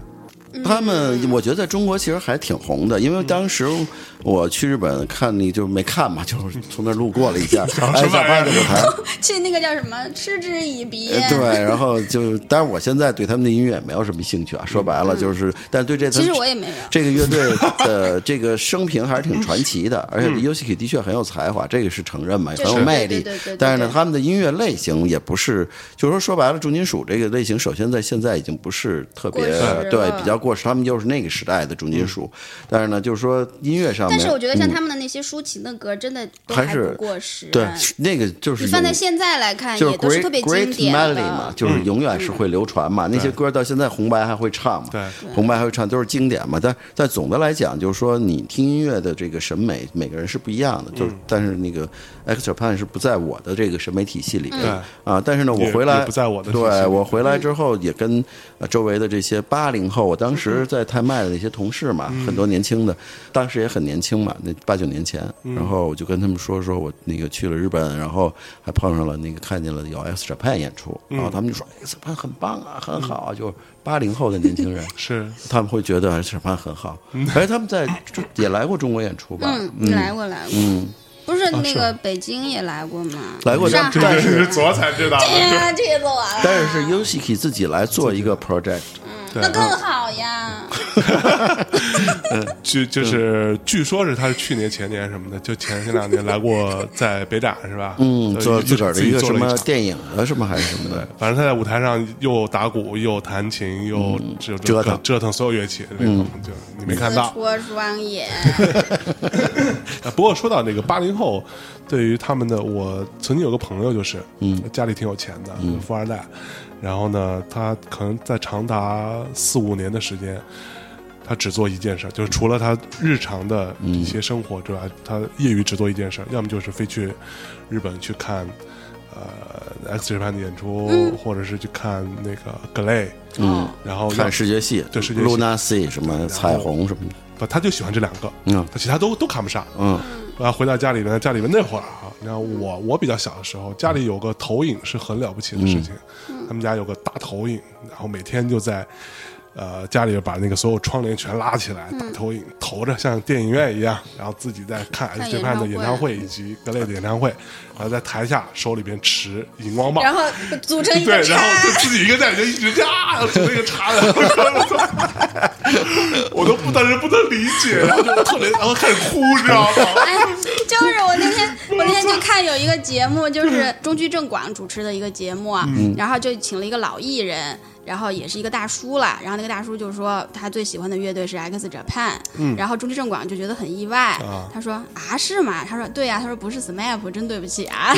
他们，我觉得在中国其实还挺红的，因为当时我去日本看，你就没看嘛，就是从那儿路过了一 下，哎，
什么
想
玩意儿
看这舞台，
去那个叫什么“嗤之以鼻”，
呃对，然后就，当然我现在对他们的音乐也没有什么兴趣啊，说白了就是，但对这
嗯其实我也没有
这个乐队的这个生平还是挺传奇的，而且 Yoshiki 的确很有才华，这个是承认嘛，也
嗯这
很有
是
魅
对
力
对对对对。
但是呢
对，
他们的音乐类型也不是，就是说说白了，重金属这个类型，首先在现在已经不是特别
过时了嗯
对比较过时，他们又是那个时代的重金属。但是呢，就是说音乐上面，
但是我觉得像
嗯
他们的那些抒情的歌，真的都
还是
不过时。
对那个就
嗯
是
你放
有
在现在来看，
就是
也都
great
是特别
great
经典
melody 嘛，
的。
就是永远是会流传嘛。那些歌到现在红白还会唱嘛，
对
红白还会唱，都是经典嘛。但但总的来讲，就是说你听音乐的这个审美，每个人是不一样的。就是但是那个 X Japan 是不在我的这个审美体系
嗯
里面啊。但是呢，我
也
回来
也不在我的体系。
对我回来之后也跟呃周围的这些八零后，我当时在泰麦的那些同事嘛，很多年轻的，当时也很年轻嘛，那八九年前，然后我就跟他们说说我那个去了日本，然后还碰上了那个看见了有 X Japan 演出，然后他们就说 X Japan 很棒啊，很好啊，就是八零后的年轻人
是
他们会觉得 X Japan 很好，
嗯
而且他们在也来过中国演出吧？
嗯，来过来过，
嗯，
不
啊
是那个北京也来过吗？
来过，
上
但
海
但是
是昨才知道
哎
的，
呀，气死我了！
但是 Yoshiki 自己来做一个 project，
那更好呀，
据
嗯
就是据说是他是去年前年什么的，就前前两年来 过在北展是吧？
嗯，做自个儿的
一
一个
做
什
了
么
场
电影啊，什么还是什么的，
反正他在舞台上又打鼓又弹琴又折
嗯折腾嗯
折腾所有乐器，那种就你没看
自
到。
戳双眼。
啊不过说到那个八零后，对于他们的，我曾经有个朋友就是，嗯，家里挺有钱的，富二代，然后呢，他可能在长达四五年的时间，他只做一件事儿，就是除了他日常的一些生活之外，他业余只做一件事儿，要么就是飞去日本去看。呃，X Japan 的演出，或者是去看那个 Glay，嗯，然后要
哦看视觉系，
对视觉系
Luna C 什么彩虹什么的，
不，他就喜欢这两个，
嗯
他其他都都看不上，
嗯，
然后回到家里面，家里面那会儿啊，你看我我比较小的时候，家里有个投影是很了不起的事情，
嗯
他们家有个大投影，然后每天就在。呃，家里边把那个所有窗帘全拉起来，大投影投着，像电影院一样，然后自己在看 X
看
j
演
a 的
唱
演
会
唱会以及各类的演唱会，然后在台下手里边持荧光棒，
然后组成一
对
个，叉
然后，就自己一个在里面一直呀，就那个茶，然后 我都不当时不能理解，然后就特别，然后开始哭，知道吗？
哎， 就是我那天，我那天就看有一个节目，就是中居正广主持的一个节目，啊然后就请了一个老艺人。然后也是一个大叔了，然后那个大叔就说他最喜欢的乐队是 X Japan，、然后中居正广就觉得很意外，他说啊是吗？他说对呀、他说不是 SMAP，真对不起啊。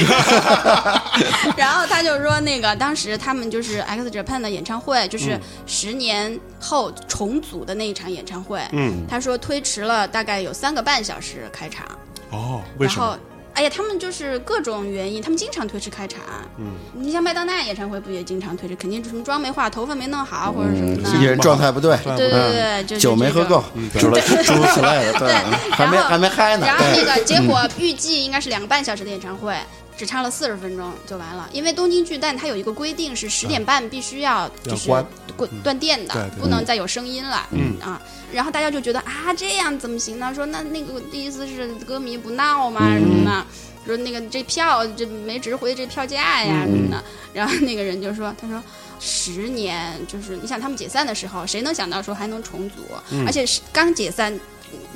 然后他就说那个当时他们就是 X Japan 的演唱会，就是十年后重组的那一场演唱会，他说推迟了大概有三个半小时开场，
哦，为
然
什么
后？，哎呀，他们就是各种原因，他们经常推迟开场。嗯，你像麦当娜演唱会不也经常推迟？肯定是什么妆没化，头发没弄好，或者什么的。
嗯
艺人嗯状态不对，
对对对，就是
酒没喝够，诸如诸如此类的，对，
对，
还没还没嗨呢
然，后
对
那个结果预计应该是两个半小时的演唱会，只唱了四十分钟就完了。因为东京巨蛋它有一个规定是十点半必须要就是
啊关嗯
关断电的，
对对对
不能再有声音了。
嗯
啊，然后大家就觉得啊这样怎么行呢？说那那个意思是歌迷不闹吗？
嗯
什么的。说那个这票这没值回这票价呀什
嗯
么的，然后那个人就说，他说十年就是你想他们解散的时候，谁能想到说还能重组？而且是刚解散，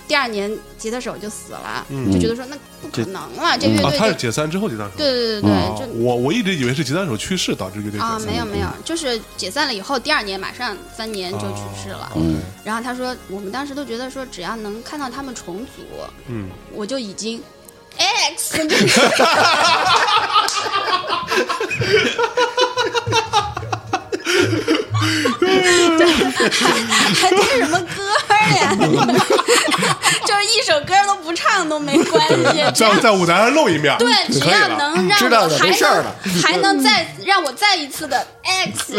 第二年吉他手就死了，就觉得说那不可能了，这乐
啊，
队
他
就是
解散之后解散手。
对对对对，
啊，
就
我我一直以为是吉他手去世导致乐队解
啊
散。
没有没有，就是解散了以后，第二年马上三年就去世了。
嗯
然后他说，我们当时都觉得说，只要能看到他们重组，
嗯，
我就已经 X 这个 还还这什么歌呀？ 就是一首歌都不唱都没关系，只要
在在舞台上露一面，嗯
对，只
可以
要
了
能让
知道
我
的
还
没事
能
儿了
还能再让我再一次的 X，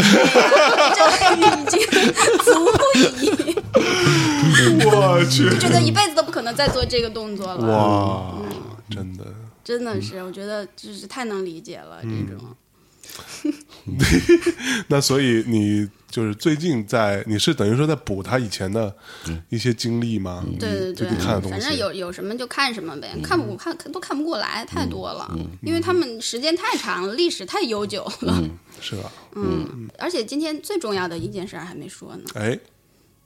这已经 足以，
我去，
觉得一辈子都不可能再做这个动作了。
哇，真的，
真的是，我觉得就是太能理解了这种。
那所以你就是最近在，你是等于说在补他以前的一些经历吗？
对对
最
对
近看的，东西，
反正有有什么就看什么呗，看不看都看不过来，太多了，因为他们时间太长了，历史太悠久了，
是吧？
嗯，而且今天最重要的一件事儿还没说呢，
哎，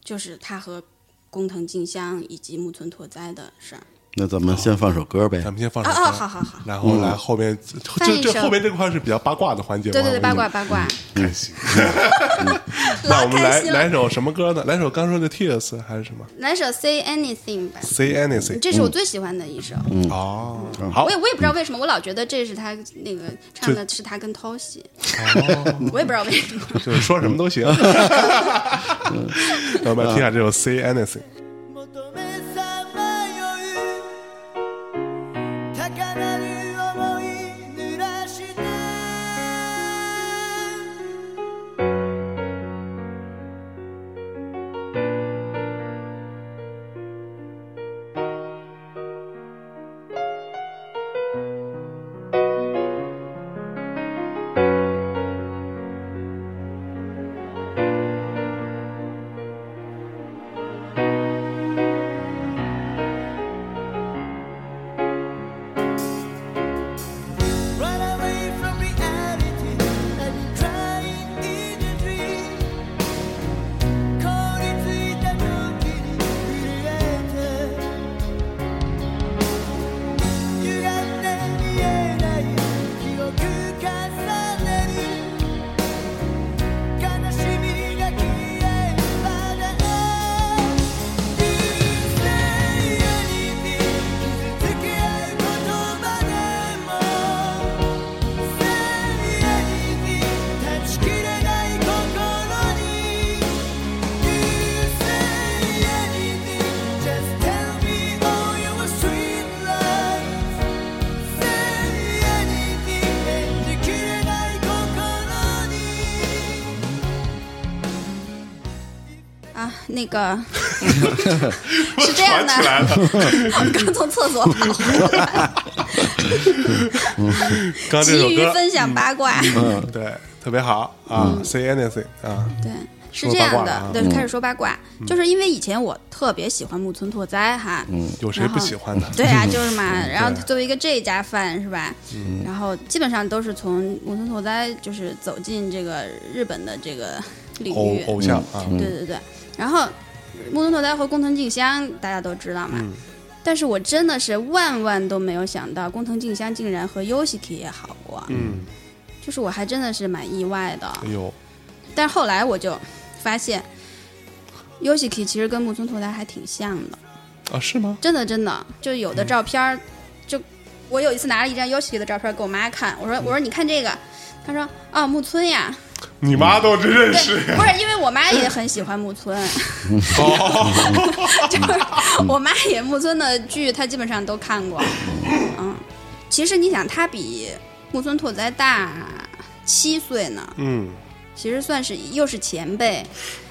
就是他和工藤静香以及木村拓哉的事儿。
那咱们先放首歌呗
咱。们先放首
啊
歌，
啊，好好好，
然后来后面这
一
这
首
后面这块是比较八卦的环节吗，
对对对，
我们
八卦八卦，
嗯开心。 那
老
我们来
开心了。
来首什么歌呢？来首刚说的 Tears 还是什么
来首 Say Anything 吧，
？Say Anything。
这是我最喜欢的一首。
哦，好
我，也我也不知道为什么，我老觉得这是他那个唱的是他跟偷袭，
嗯
我也不知道为什么。
就是说什么都行。嗯那我们来听一下这首 Say Anything。
求めさまよい高鳴る想い濡らして
歪んで見えない記憶重ねる悲しみが消えまだ You say anything 傷つけ合う言葉でも Say anything 断ち切れない心に You say anything just tell me all your sweet lies せいに演じきれない心に
啊，那 个是这样的，我 刚从厕 所跑回来，
刚刚这首
急于
歌，
分享八卦。
嗯，对，特别好啊，Say Anything 啊，
对，是
说
这
八卦
样
了啊嗯
的，对，开始说八卦，就是因为以前我特别喜欢木村拓哉哈，
有谁不喜欢的？
对啊，就是嘛。然后
嗯对嗯
作为一个这家饭是吧？然后基本上都是从木村拓哉就是走进这个日本的这个领
偶
域，
偶像啊，
嗯对对对。然后木村拓哉和工藤静香大家都知道
嗯
嘛，但是我真的是万万都没有想到工藤静香竟然和 Yoshiki 也好过，
嗯，
就是我还真的是蛮意外的。
哎呦，
但后来我就发现，Yoshiki 其实跟木村拓哉还挺像的。
啊，是吗？
真的真的，就有的照片儿，就我有一次拿了一张 Yoshiki 的照片给我妈看，我说我说你看这个，她说啊木村呀，
你妈都真认
对
识，
不是因为我妈也很喜欢木村，
嗯哦
就是我妈也木村的剧她基本上都看过，嗯，其实你想她比木村拓哉大七岁呢，
嗯，
其实算是又是前辈。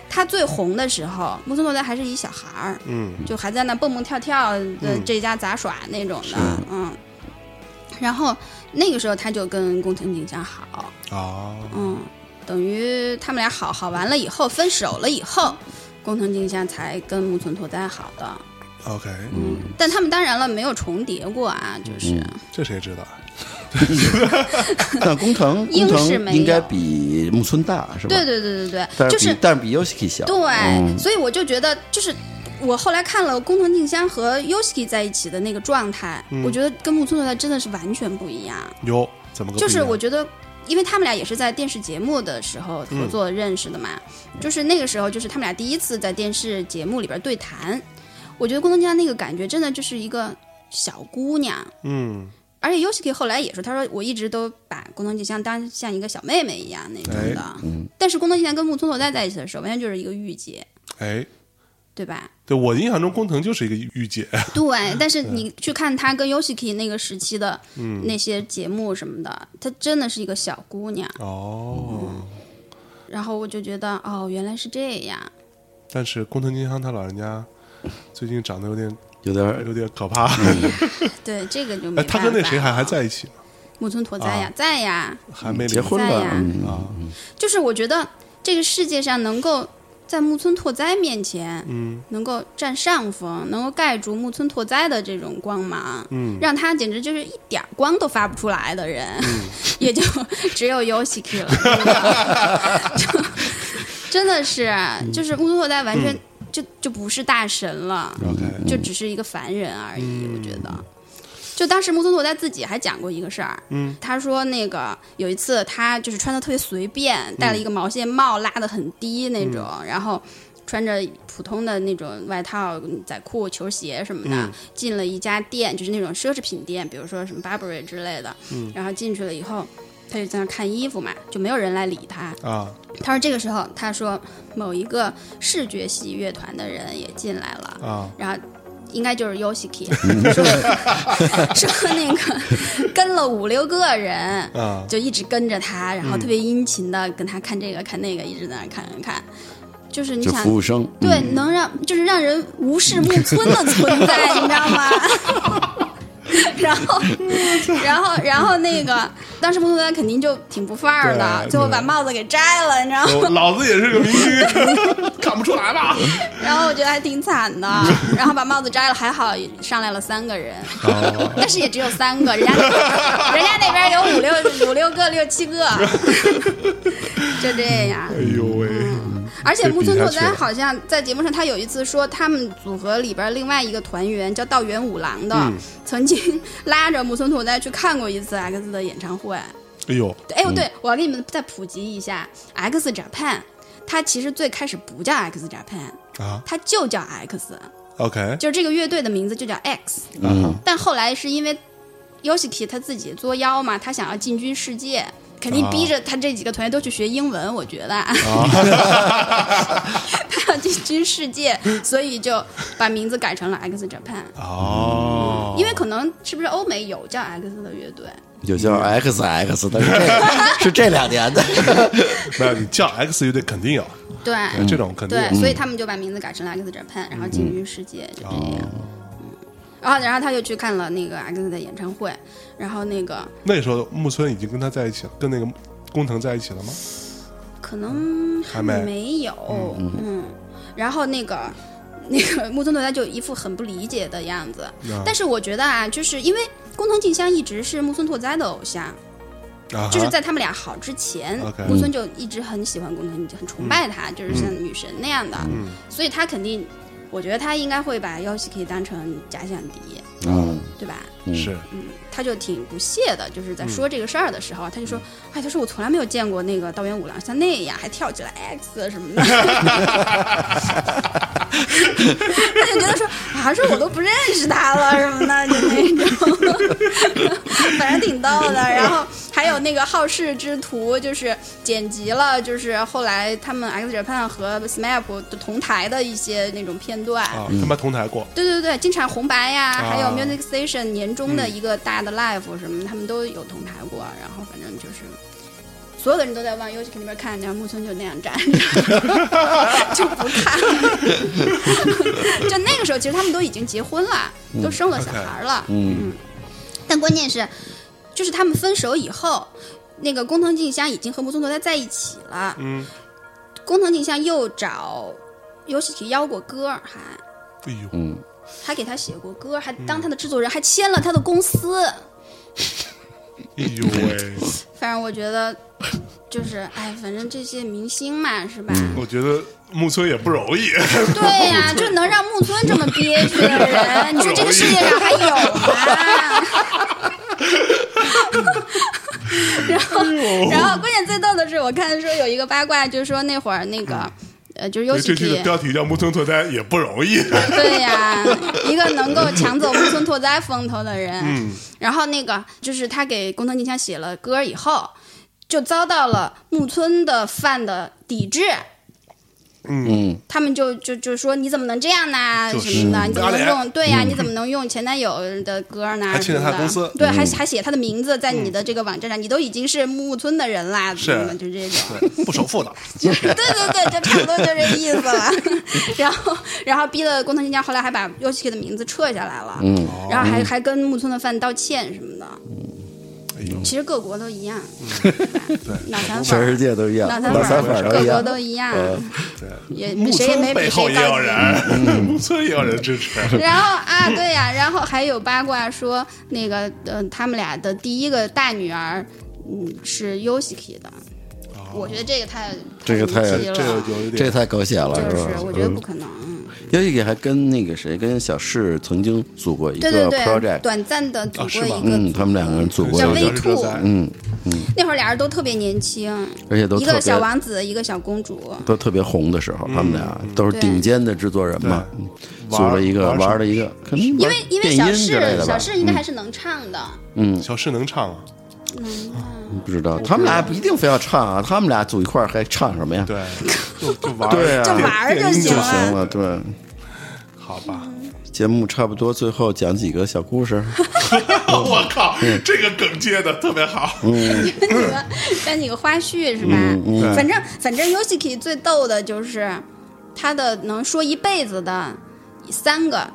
他最红的时候，木村拓哉还是一小孩儿，
嗯，
就还在那蹦蹦跳跳的这家杂耍那种的，嗯。然后那个时候他就跟宫藤景香好，
啊，
嗯，等于他们俩好好完了以后分手了以后，宫藤静香才跟木村拓哉好的。
OK，
但他们当然了没有重叠过啊，
嗯
就是、
这谁知道啊？
但工 藤
应
工
是
藤
没有
应该比木村大是吧？
对对对对对，
但
就是是
比但是比 Yoshiki 小。
对，
嗯
所以我就觉得就是。我后来看了工藤静香和 Yoshiki 在一起的那个状态，
嗯
我觉得跟木村拓哉真的是完全不一样。
有怎么个不一
就
样？
是我觉得，因为他们俩也是在电视节目的时候合作认识的嘛，
嗯
就是那个时候，就是他们俩第一次在电视节目里边对谈。我觉得宫藤家那个感觉真的就是一个小姑娘，
嗯，
而且 Yoshiki 后来也说，他说我一直都把宫藤静香当像一个小妹妹一样那种的，
哎嗯
但是宫藤静香跟木村拓哉在一起的时候，完全就是一个御姐，
哎，
对吧？
对我印象中工藤就是一个御姐，
对，但是你去看她跟 Yoshiki 那个时期的
嗯
那些节目什么的，她真的是一个小姑娘。
哦，
然后我就觉得哦，原来是这样。
但是工藤金香他老人家最近长得有点
有点儿嗯
有点可怕，
对，这个就没办
哎，
法
他
了。
跟那谁还还在一啊起呢？
木村拓哉呀，在呀，
还没离
结婚
在
了
呀，
嗯
啊？
就是我觉得这个世界上能够在木村拓哉面前，
嗯，
能够占上风，能够盖住木村拓哉的这种光芒，
嗯
让他简直就是一点儿光都发不出来的人，
嗯
也 就只有 Yoshiki 了，真的 就真的是，
嗯
就是木村拓哉完全就、就不是大神了。
嗯
，OK，
就只是一个凡人而已。我觉得，就当时木村拓哉自己还讲过一个事儿，
嗯，
他说那个有一次他就是穿的特别随便，戴了一个毛线帽，拉的很低那种，然后。穿着普通的那种外套、仔裤、球鞋什么的，进了一家店，就是那种奢侈品店，比如说什么 Burberry 之类的。嗯、然后进去了以后，他就在那儿看衣服嘛，就没有人来理他。
啊，
他说这个时候，他说某一个视觉系乐团的人也进来了，
啊
然后应该就是 Yoshiki，说
嗯
说那个跟了五六个人，
啊
就一直跟着他，然后特别殷勤的跟他看这个看那个，一直在那看看看，就是你
就
想
服务生。嗯
对，能让就是让人无视木村的存在，你知道吗？ 然后，然后，然后那个，当时木村拓哉肯定就挺不范儿的，
对
最后
嗯
对
把帽子给摘了，你知道吗？
我老子也是个明星， 看不出来吧？
然后我觉得还挺惨的，然后把帽子摘了，还好上来了三个人，但是也只有三个，人家人家那边有五六五六个六七个，就这样。
哎呦喂，
而且木村拓
被比下
哉
去了
好像在节目上，他有一次说，他们组合里边另外一个团员叫道元五郎的，曾经拉着木村拓哉去看过一次 X 的演唱会。
哎呦，
哎呦，对，我要给你们再普及一下 X Japan，它其实最开始不叫 X Japan，
啊
它就叫 X，
，OK，
就是这个乐队的名字就叫 X，
嗯，
但后来是因为 Yoshiki 他自己作妖嘛，他想要进军世界。肯定逼着他这几个团员都去学英文，我觉得， 他要进军世界，所以就把名字改成了 X Japan，
哦，
因为可能是不是欧美有叫 X 的乐队？
有叫
嗯
XX 的，是这 是这 两年的。
没有你叫 X 乐队肯定有，
对，
这种肯
嗯
定
对，
有
所以他们就把名字改成了 X Japan，然后进军世界，就这样。嗯然后，然后他就去看了那个 X 的演唱会，然后那个
嗯那时候木村已经跟他在一起了，跟那个工藤在一起了吗？
可能
还没
没有，嗯然后那个 那个木村拓哉就一副很不理解的样子，但是我觉得啊，就是因为工藤静香一直是木村拓哉的偶像，
啊哈，
就是在他们俩好之前
OK，
木村就一直很喜欢工藤，很崇拜他，就是像女神那样的，所以他肯定，我觉得他应该会把 Yoshiki 当成假想敌，
嗯，
对吧？
是
他就挺不屑的，就是在说这个事儿的时候，他就说：“哎，他说我从来没有见过那个道元五郎像那样，还跳起来 X 什么的。”他就觉得说：“啊，说我都不认识他了什么的，就那种， 反正挺逗的。”然后还有那个好事之徒，就是剪辑了，就是后来他们 X Japan 和 SMAP 同台的一些那种片段。
啊，他妈同台过，
对对对，经常红白呀，
啊
还有 Music Station 年终的一个大的 live 什么，他们都有同台过。然后反正就是，所有的人都在往 Yoshiki 那边看，然后木村就那样站 着，就不看。就那嗯个时候，其实他们都已经结婚了，都生了小孩了。嗯，但关键是就是他们分手以后，那个工藤静香已经和木村拓哉在一起了，
嗯，
工藤静香又找游戏体邀过歌，还
哎呦，
嗯，
还给他写过歌，还
嗯
当他的制作人，还签了他的公司。
哎呦喂，
反正我觉得，就是哎，反正这些明星嘛，是吧？
我觉得木村也不容易，
对呀、就能让木村这么憋屈的人，你说这个世界上还有
哎
吗？然后，然后关键最逗的是，我看说有一个八卦，就是说那会儿那个。呃，就是尤
嗯这
其
期的标题叫木村拓哉也不容易，
对呀、一个能够抢走木村拓哉风头的人。
嗯
然后那个就是他给工藤静香写了歌以后，就遭到了木村的饭的抵制。
嗯，
他们就就就说你怎么能这样呢？
就是
什么的，你怎么
打
能
脸嗯
用？对呀、你怎么能用前男友的歌呢？
还侵
什么
犯
的
公司
对，还还写他的名字在你的
嗯
这个网站上，你都已经是木村的人啦，
是
怎么就这种。
不首付的，
对对对，就差不多就这意思了。 然后，然后逼得工藤静香后来还把 y o s h i 的名字撤下来了，
嗯
然后还还跟木村的饭道歉什么的。
哎呦，
其实各国都一样，对，脑残粉
嗯全世
儿，
界都一样，
脑
哪
残
三
粉
反
儿，
都
各
一
国
样。嗯
都一样，也
木
谁也没
村
比
背后
谁
也
高
有
级。
人， 木村也有人支持，
然后啊，对呀、然后还有八卦说，那个呃，他们俩的第一个大女儿，嗯，是 y o s h i 的。我觉得这个太
这个太
离奇
哦这
了，
个有一
这
点，
太狗血了，
就是
吧？
我觉得不可能。
尤其还跟那个谁，跟小释曾经组过一
对对
个
对，
project，
短暂的组
啊是
过一
吗
个
嗯，他们两个人组过
小
一
薇
个，
小
兔
哲哉
嗯，
那会儿俩人都特别年轻，
而且都
一
特
个小
别
王子，一个小公主。
都特别红的时候，
嗯
他们俩都是
嗯对
顶尖的制作人嘛，嗯
玩
组了一个
玩
玩了一个，可能
因为因为
电
小
音之类
释
的吧嗯啊
小释应该还是能唱的，
小诗能唱啊，
不知道，他们俩不一定非要唱啊，他们俩组一块儿还唱什么呀？
对，就就玩，
对啊
就玩儿就
就
行
行
了。
了，对。
好吧，
节目差不多，最后讲几个小故事。
我靠，这个梗接的特别好。
那几个那几个花絮是吧？
嗯
对
反正反正 Yoshiki 最逗的就是他的能说一辈子的三个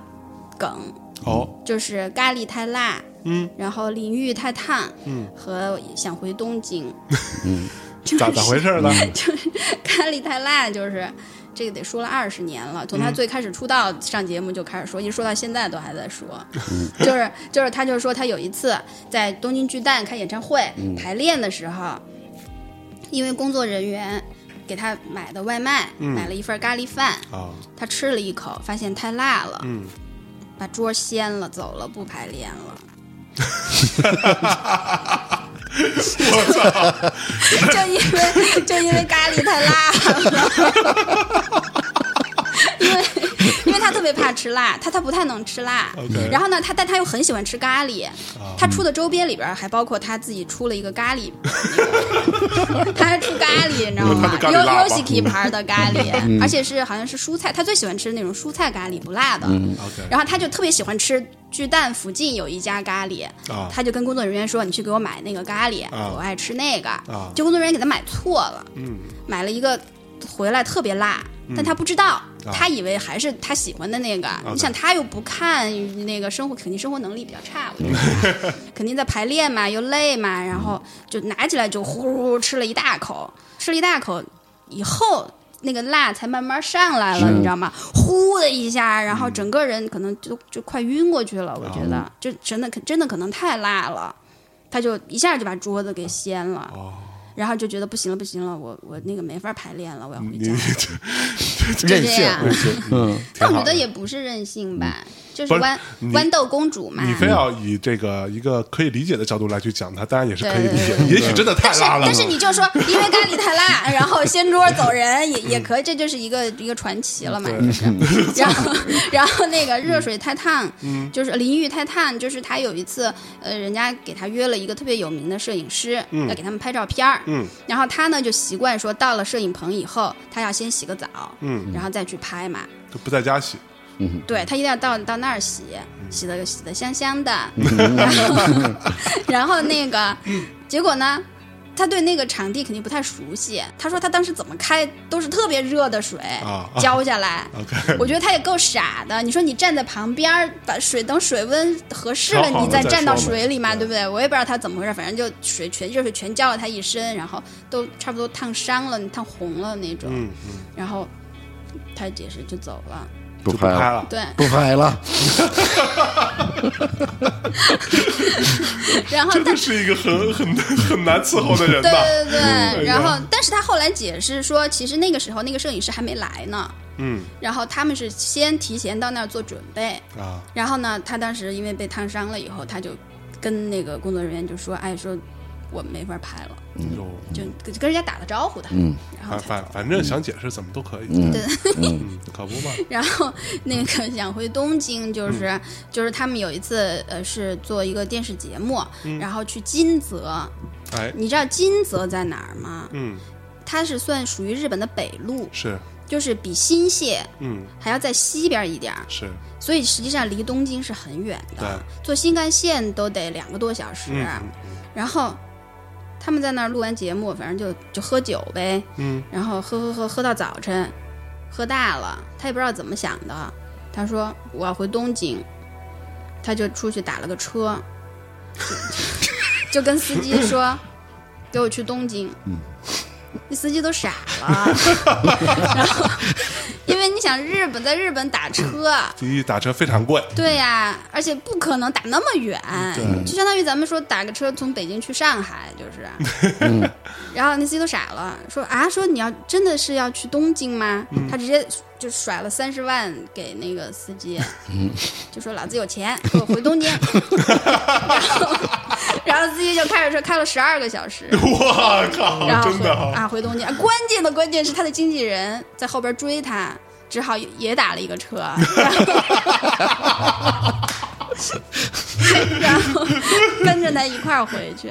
梗，
好，
就是咖喱太辣，
嗯，
然后淋浴太烫，
嗯，
和想回东京。
咋咋回事呢？
咖喱太辣就是这个得说了二十年了，从他最开始出道上节目就开始说，一直说到现在都还在说，就是就是他就说他有一次在东京巨蛋开演唱会、排练的时候，因为工作人员给他买的外卖，买了一份咖喱饭，
啊，
他吃了一口，发现太辣了，
嗯，
把桌掀了，走了，不排练了。我操！就因为就因为咖喱太辣了，因为因为他特别怕吃辣，他他不太能吃辣。
OK 啊
然后呢，他但他又很喜欢吃咖喱，他出的周边里边还包括他自己出了一个咖喱， 他还出咖喱，你知道
有他
吗
的咖喱辣吧
？U U 一盘的
嗯
咖喱，而且是好像是蔬菜，他最喜欢吃那种蔬菜咖喱，不辣的。
OK
然后他就特别喜欢吃巨蛋附近有一家咖喱，
啊
他就跟工作人员说：“你去给我买那个咖喱，
啊
我爱吃那个。
啊
就工作人员给他买错了，
嗯，
买了一个回来特别辣，但他不知
啊
道，他以为还是他喜欢的那个。你想他又不看那个生活，肯定生活能力比较差，我觉 得肯定在排练嘛，又累嘛，然后就拿起来就呼呼呼吃了一大口，吃了一大口以后。那个辣才慢慢上来了，你知道吗？呼的一下，然
嗯
后整个人可能就就快晕过去了。我觉
哦
得，就真的可真的可能太辣了，他就一下就把桌子给掀了。
哦
然后就觉得不行了，不行了，我我那个没法排练了，我要回家。 就这样，但我觉得也不是任性吧，就是
嗯不是
豌
你
豌豆公主嘛。
你非要以这个一个可以理解的角度来去讲它，当然也是可以理解
对
的，
对
也许真的太
但是
拉了
但。是你就说，因为咖喱太 辣，然后掀桌走人
嗯
也也可以，这就是一个一个传奇了嘛。就是 然后然后那个热水太烫，
嗯
就是淋浴太烫，就是他有一次，呃，人家给他约了一个特别有名的摄影师，要给他们拍照片儿。
嗯
然后他呢就习惯说，到了摄影棚以后，他要先洗个澡，
嗯，
然后再去拍嘛。
就不在家洗，嗯
对他一定要到到那儿洗，洗的洗
嗯
的香香的，然后然后那个结果呢，他对那个场地肯定不太熟悉。他说他当时怎么开都是特别热的水
啊
浇下来。
OK
我觉得他也够傻的。你说你站在旁边儿，把水等水温合适
调
了，
好了
你再
再
站到
说嘛
水里嘛，
对
对不对？我也不知道他怎么回事，反正就水全热水全浇了他一身，然后都差不多烫伤了、烫红了那种。
嗯嗯，
然后他解释就走了。
不
就不拍
拍
了，
对，
不拍了，
然 后
真
他
的是一个很很很难伺候的人
对
呐。
对对，
呀
然后但是他后来解释说，其实那个时候那个摄影师还没来呢，
嗯
然后他们是先提前到那儿做准备，
啊，
然后呢，他当时因为被烫伤了以后，他就跟那个工作人员就说：“哎，说我没法拍了，
就
就跟跟人家打个招呼的。”
嗯，
然后
反
才
反
走。
反正想解释怎么都可以，
嗯
嗯，可不嘛，
然后那个想回东京，就是、就是他们有一次呃是做一个电视节目，然后去金泽，
哎，
你知道金泽在哪儿吗？
嗯，
它是算属于日本的北路，
是，
就是比新泻
嗯
还要在西边一点儿，
是，
所以实际上离东京是很远的，
对
坐新干线都得两个多小时。
嗯嗯
然后他们在那儿录完节目，反正就就喝酒呗，
嗯
然后喝喝喝喝到早晨，喝大了，他也不知道怎么想的，他说我要回东京，他就出去打了个车， 就就跟司机说给我去东京，那司机都傻了， 然后因为你想日本在日本打车。
第一打车非常贵，
对呀、而且不可能打那么远，
对
就相当于咱们说打个车从北京去上海，就是。 然后那司机都傻了，说啊，说你要真的是要去东京吗？他直接就甩了三十万给那个司机， 就说老子有钱，给我回东京。 然后， 然后司机就开着车开了十二个小时。
我
哦
靠
然，后
真
回
的啊，
啊，回东京。啊关键的关键是他的经纪人在后边追他，只好也打了一个车， 然后然后跟着他一块儿回去，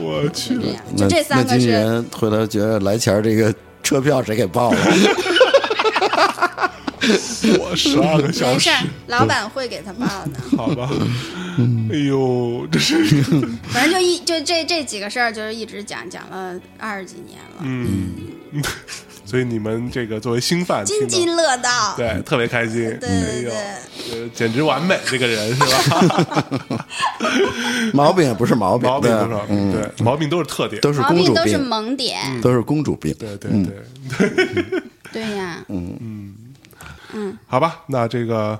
我去，
这样
那
就这三
那
个
经纪
是。
人回来觉得来钱儿这个车票谁给报啊 了？
我十二个小
没 事
时
儿，，老板会给他报的。
好吧，
嗯
哎呦，这是，
反正就一就这这几个事儿，就是一直讲讲了二十几年了，
嗯， 所以你们这个作为新饭
津
听
津
到。
乐道。
对，特别开心，
对对对
哎呦，呃简直完美，这个人是 吧？
毛病也不是毛病，
毛病
对
多
吧
啊
少？
嗯，
对，毛病都是特点，
都是
毛
公
病
主
都是
病，
萌点，
都是公主病。
对对对，
对呀，
好吧，那这个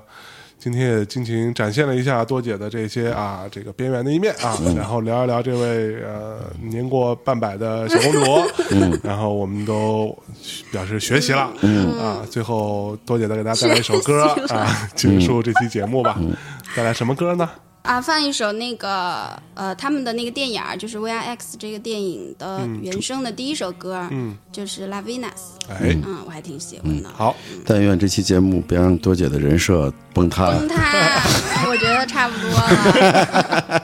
今天也尽情展现了一下多姐的这些啊，这个边缘的一面啊，然后聊一聊这位呃年过半百的小公主，然后我们都表示学习了，嗯啊，最后多姐再给大家带来一首歌
学习了
啊，结束这期节目吧，带来什么歌呢？
啊，放一首那个呃，他们的那个电影儿，就是《V I X》这个电影的原声的第一首歌，嗯，就是《La Venus》，
哎，
嗯，我还挺喜欢的。
好，
但愿这期节目别让多姐的人设崩塌。
崩塌，我觉得差不多 了，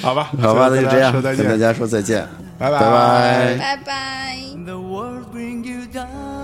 好吧，
好吧，那
最
就
后
这样，
跟大家说再
跟大
见，
家说再见，
拜拜
拜拜
拜拜。
The world bring you down.